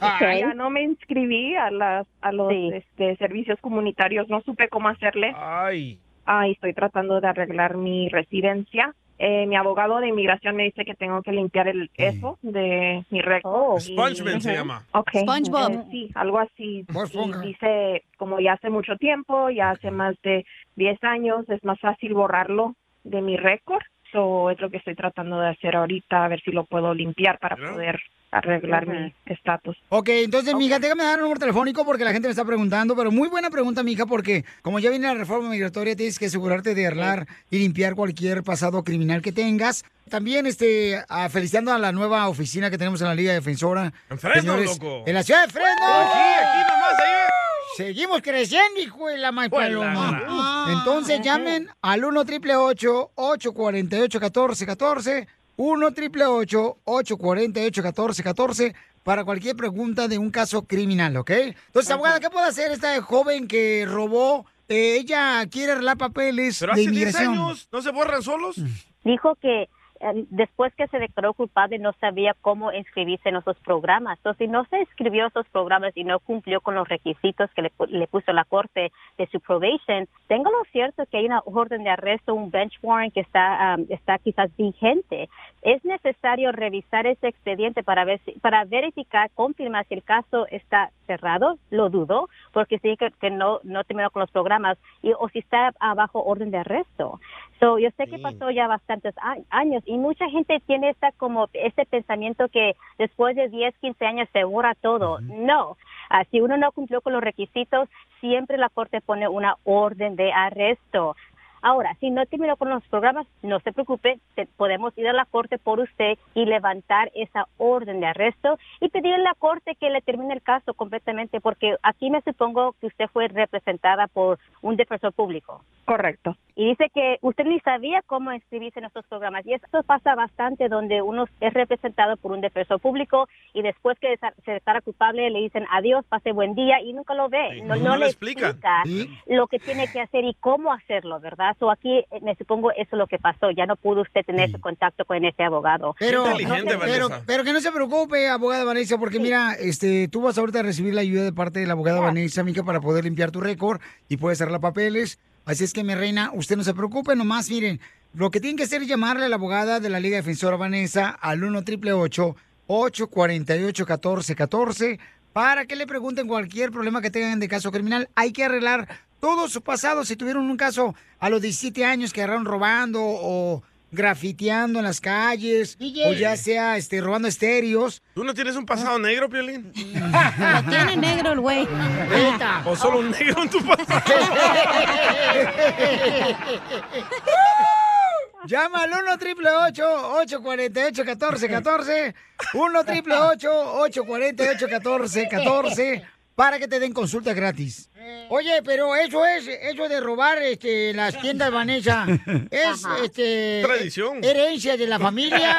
S7: Ay, Ya no me inscribí a las a los este, servicios comunitarios, no supe cómo hacerle.
S3: Ay.
S7: Ay, estoy tratando de arreglar mi residencia. Eh, mi abogado de inmigración me dice que tengo que limpiar el eso de mi récord. Y-
S3: Expungement se
S7: Ujú.
S3: llama.
S7: Okay.
S3: SpongeBob.
S7: Eh, sí, algo así. Y dice, como ya hace mucho tiempo, ya hace más de 10 años, es más fácil borrarlo de mi récord. So, es lo que estoy tratando de hacer ahorita, a ver si lo puedo limpiar para poder arreglar mi estatus.
S2: Ok, entonces, mija, déjame dar un número telefónico porque la gente me está preguntando, pero muy buena pregunta, mija, porque como ya viene la reforma migratoria, tienes que asegurarte de arreglar y limpiar cualquier pasado criminal que tengas. También, este, a- felicitando a la nueva oficina que tenemos en la Liga Defensora.
S3: En Fresno, loco.
S2: En la ciudad de Fresno.
S3: Aquí, aquí nomás, ahí.
S2: Seguimos creciendo, hijo de la Ah, más paloma. Entonces llamen al 1 triple 848 1414 1 triple 848 1414 para cualquier pregunta de un caso criminal, ¿ok? Entonces, abogada, ¿qué puede hacer esta joven que robó? Eh, ella quiere arreglar papeles
S3: Pero
S2: de
S3: hace 10
S2: inmigración.
S3: años, ¿no se borran solos?
S8: Dijo que eh, después que se declaró culpable no sabía cómo inscribirse en esos programas. O si no se inscribió a esos programas y no cumplió con los requisitos que le, pu- le puso la corte de su probation, tengo lo cierto que hay una orden de arresto, un bench warrant que está, um, está quizás vigente. Es necesario revisar ese expediente para, ver si- para verificar, confirmar si el caso está cerrado, lo dudo, porque sí que, que no, no terminó con los programas, y, o si está ah, bajo orden de arresto. So, yo sé que pasó ya bastantes a- años y mucha gente tiene esta como este pensamiento que después de 10, 15 años se borra todo. No, Ah, si uno no cumplió con los requisitos, siempre la corte pone una orden de arresto. Ahora, si no terminó con los programas, no se preocupe, te- podemos ir a la corte por usted y levantar esa orden de arresto y pedirle a la corte que le termine el caso completamente, porque aquí me supongo que usted fue representada por un defensor público.
S7: Correcto.
S8: Y dice que usted ni sabía cómo inscribirse en nuestros programas. Y eso pasa bastante donde uno es representado por un defensor público y después que desa- se declara culpable le dicen adiós, pase buen día y nunca lo ve.
S15: Sí,
S8: No,
S15: no
S8: no
S15: lo
S8: le
S15: explican.
S8: explica,
S15: Sí.
S8: lo que tiene que hacer y cómo hacerlo, ¿verdad? So aquí eh, me supongo eso es lo que pasó. Ya no pudo usted tener ese contacto con ese abogado.
S2: Pero,
S8: No, no sé-
S2: pero, pero que no se preocupe, abogada Vanessa, porque mira, este, tú vas ahorita a recibir la ayuda de parte de la abogada Vanessa, mica, para poder limpiar tu récord y puedes cerrar papeles. Así es que, mi reina, usted no se preocupe, nomás miren, lo que tienen que hacer es llamarle a la abogada de la Liga Defensora Vanessa al 1 888 848 1414 para que le pregunten cualquier problema que tengan de caso criminal. Hay que arreglar todo su pasado. Si tuvieron un caso a los 17 años que agarraron robando o grafiteando en las calles, o ya sea este, robando estéreos.
S3: ¿Tú no tienes un pasado negro, Piolín?
S2: Lo
S6: tiene negro el güey.
S3: ¿O solo un negro en tu pasado?
S2: Llama al 1 triple 848 1414 1 triple 848 1414 para que te den consulta gratis. Oye, pero eso es, eso de robar este, las tiendas Vanessa, ¿es este,
S3: Tradición.
S2: herencia de la familia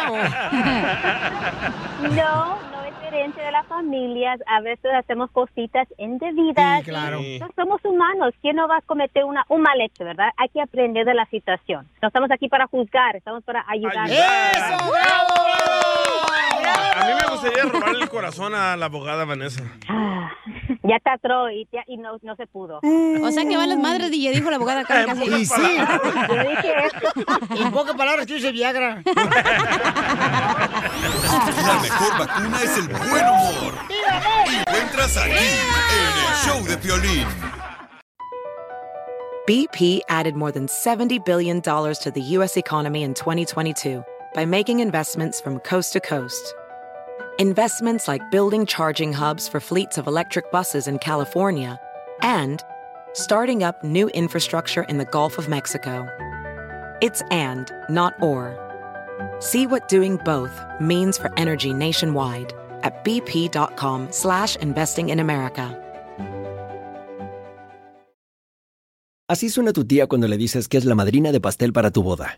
S2: o...?
S8: No, no es herencia de las familias. A veces hacemos cositas indebidas.
S15: Sí, claro.
S8: Y no somos humanos. ¿Quién no va a cometer una, un mal hecho, verdad? Hay que aprender de la situación. No estamos aquí para juzgar, estamos para ayudar.
S3: ¡Eso,
S8: ¡Bravo!
S3: A mí me gustaría robarle el corazón a la abogada Vanessa.
S8: Ya te atró y, te- y no, no se pudo.
S6: O sea que van las madres, DJ, dijo la abogada acá casi.
S2: Eh, Y sí.
S8: Yo dije
S2: En pocas palabras, que use Viagra.
S4: La mejor vacuna es el buen humor. Encuentras aquí en el show de Piolín.
S1: BP added more than $70 billion to the U.S. economy in 2022 by making investments from coast to coast. Investments like building charging hubs for fleets of electric buses in California and starting up new infrastructure in the Gulf of Mexico. It's and, not or. See what doing both means for energy nationwide at bp.com slash investing in America.
S25: Así suena tu tía cuando le dices que es la madrina de pastel para tu boda.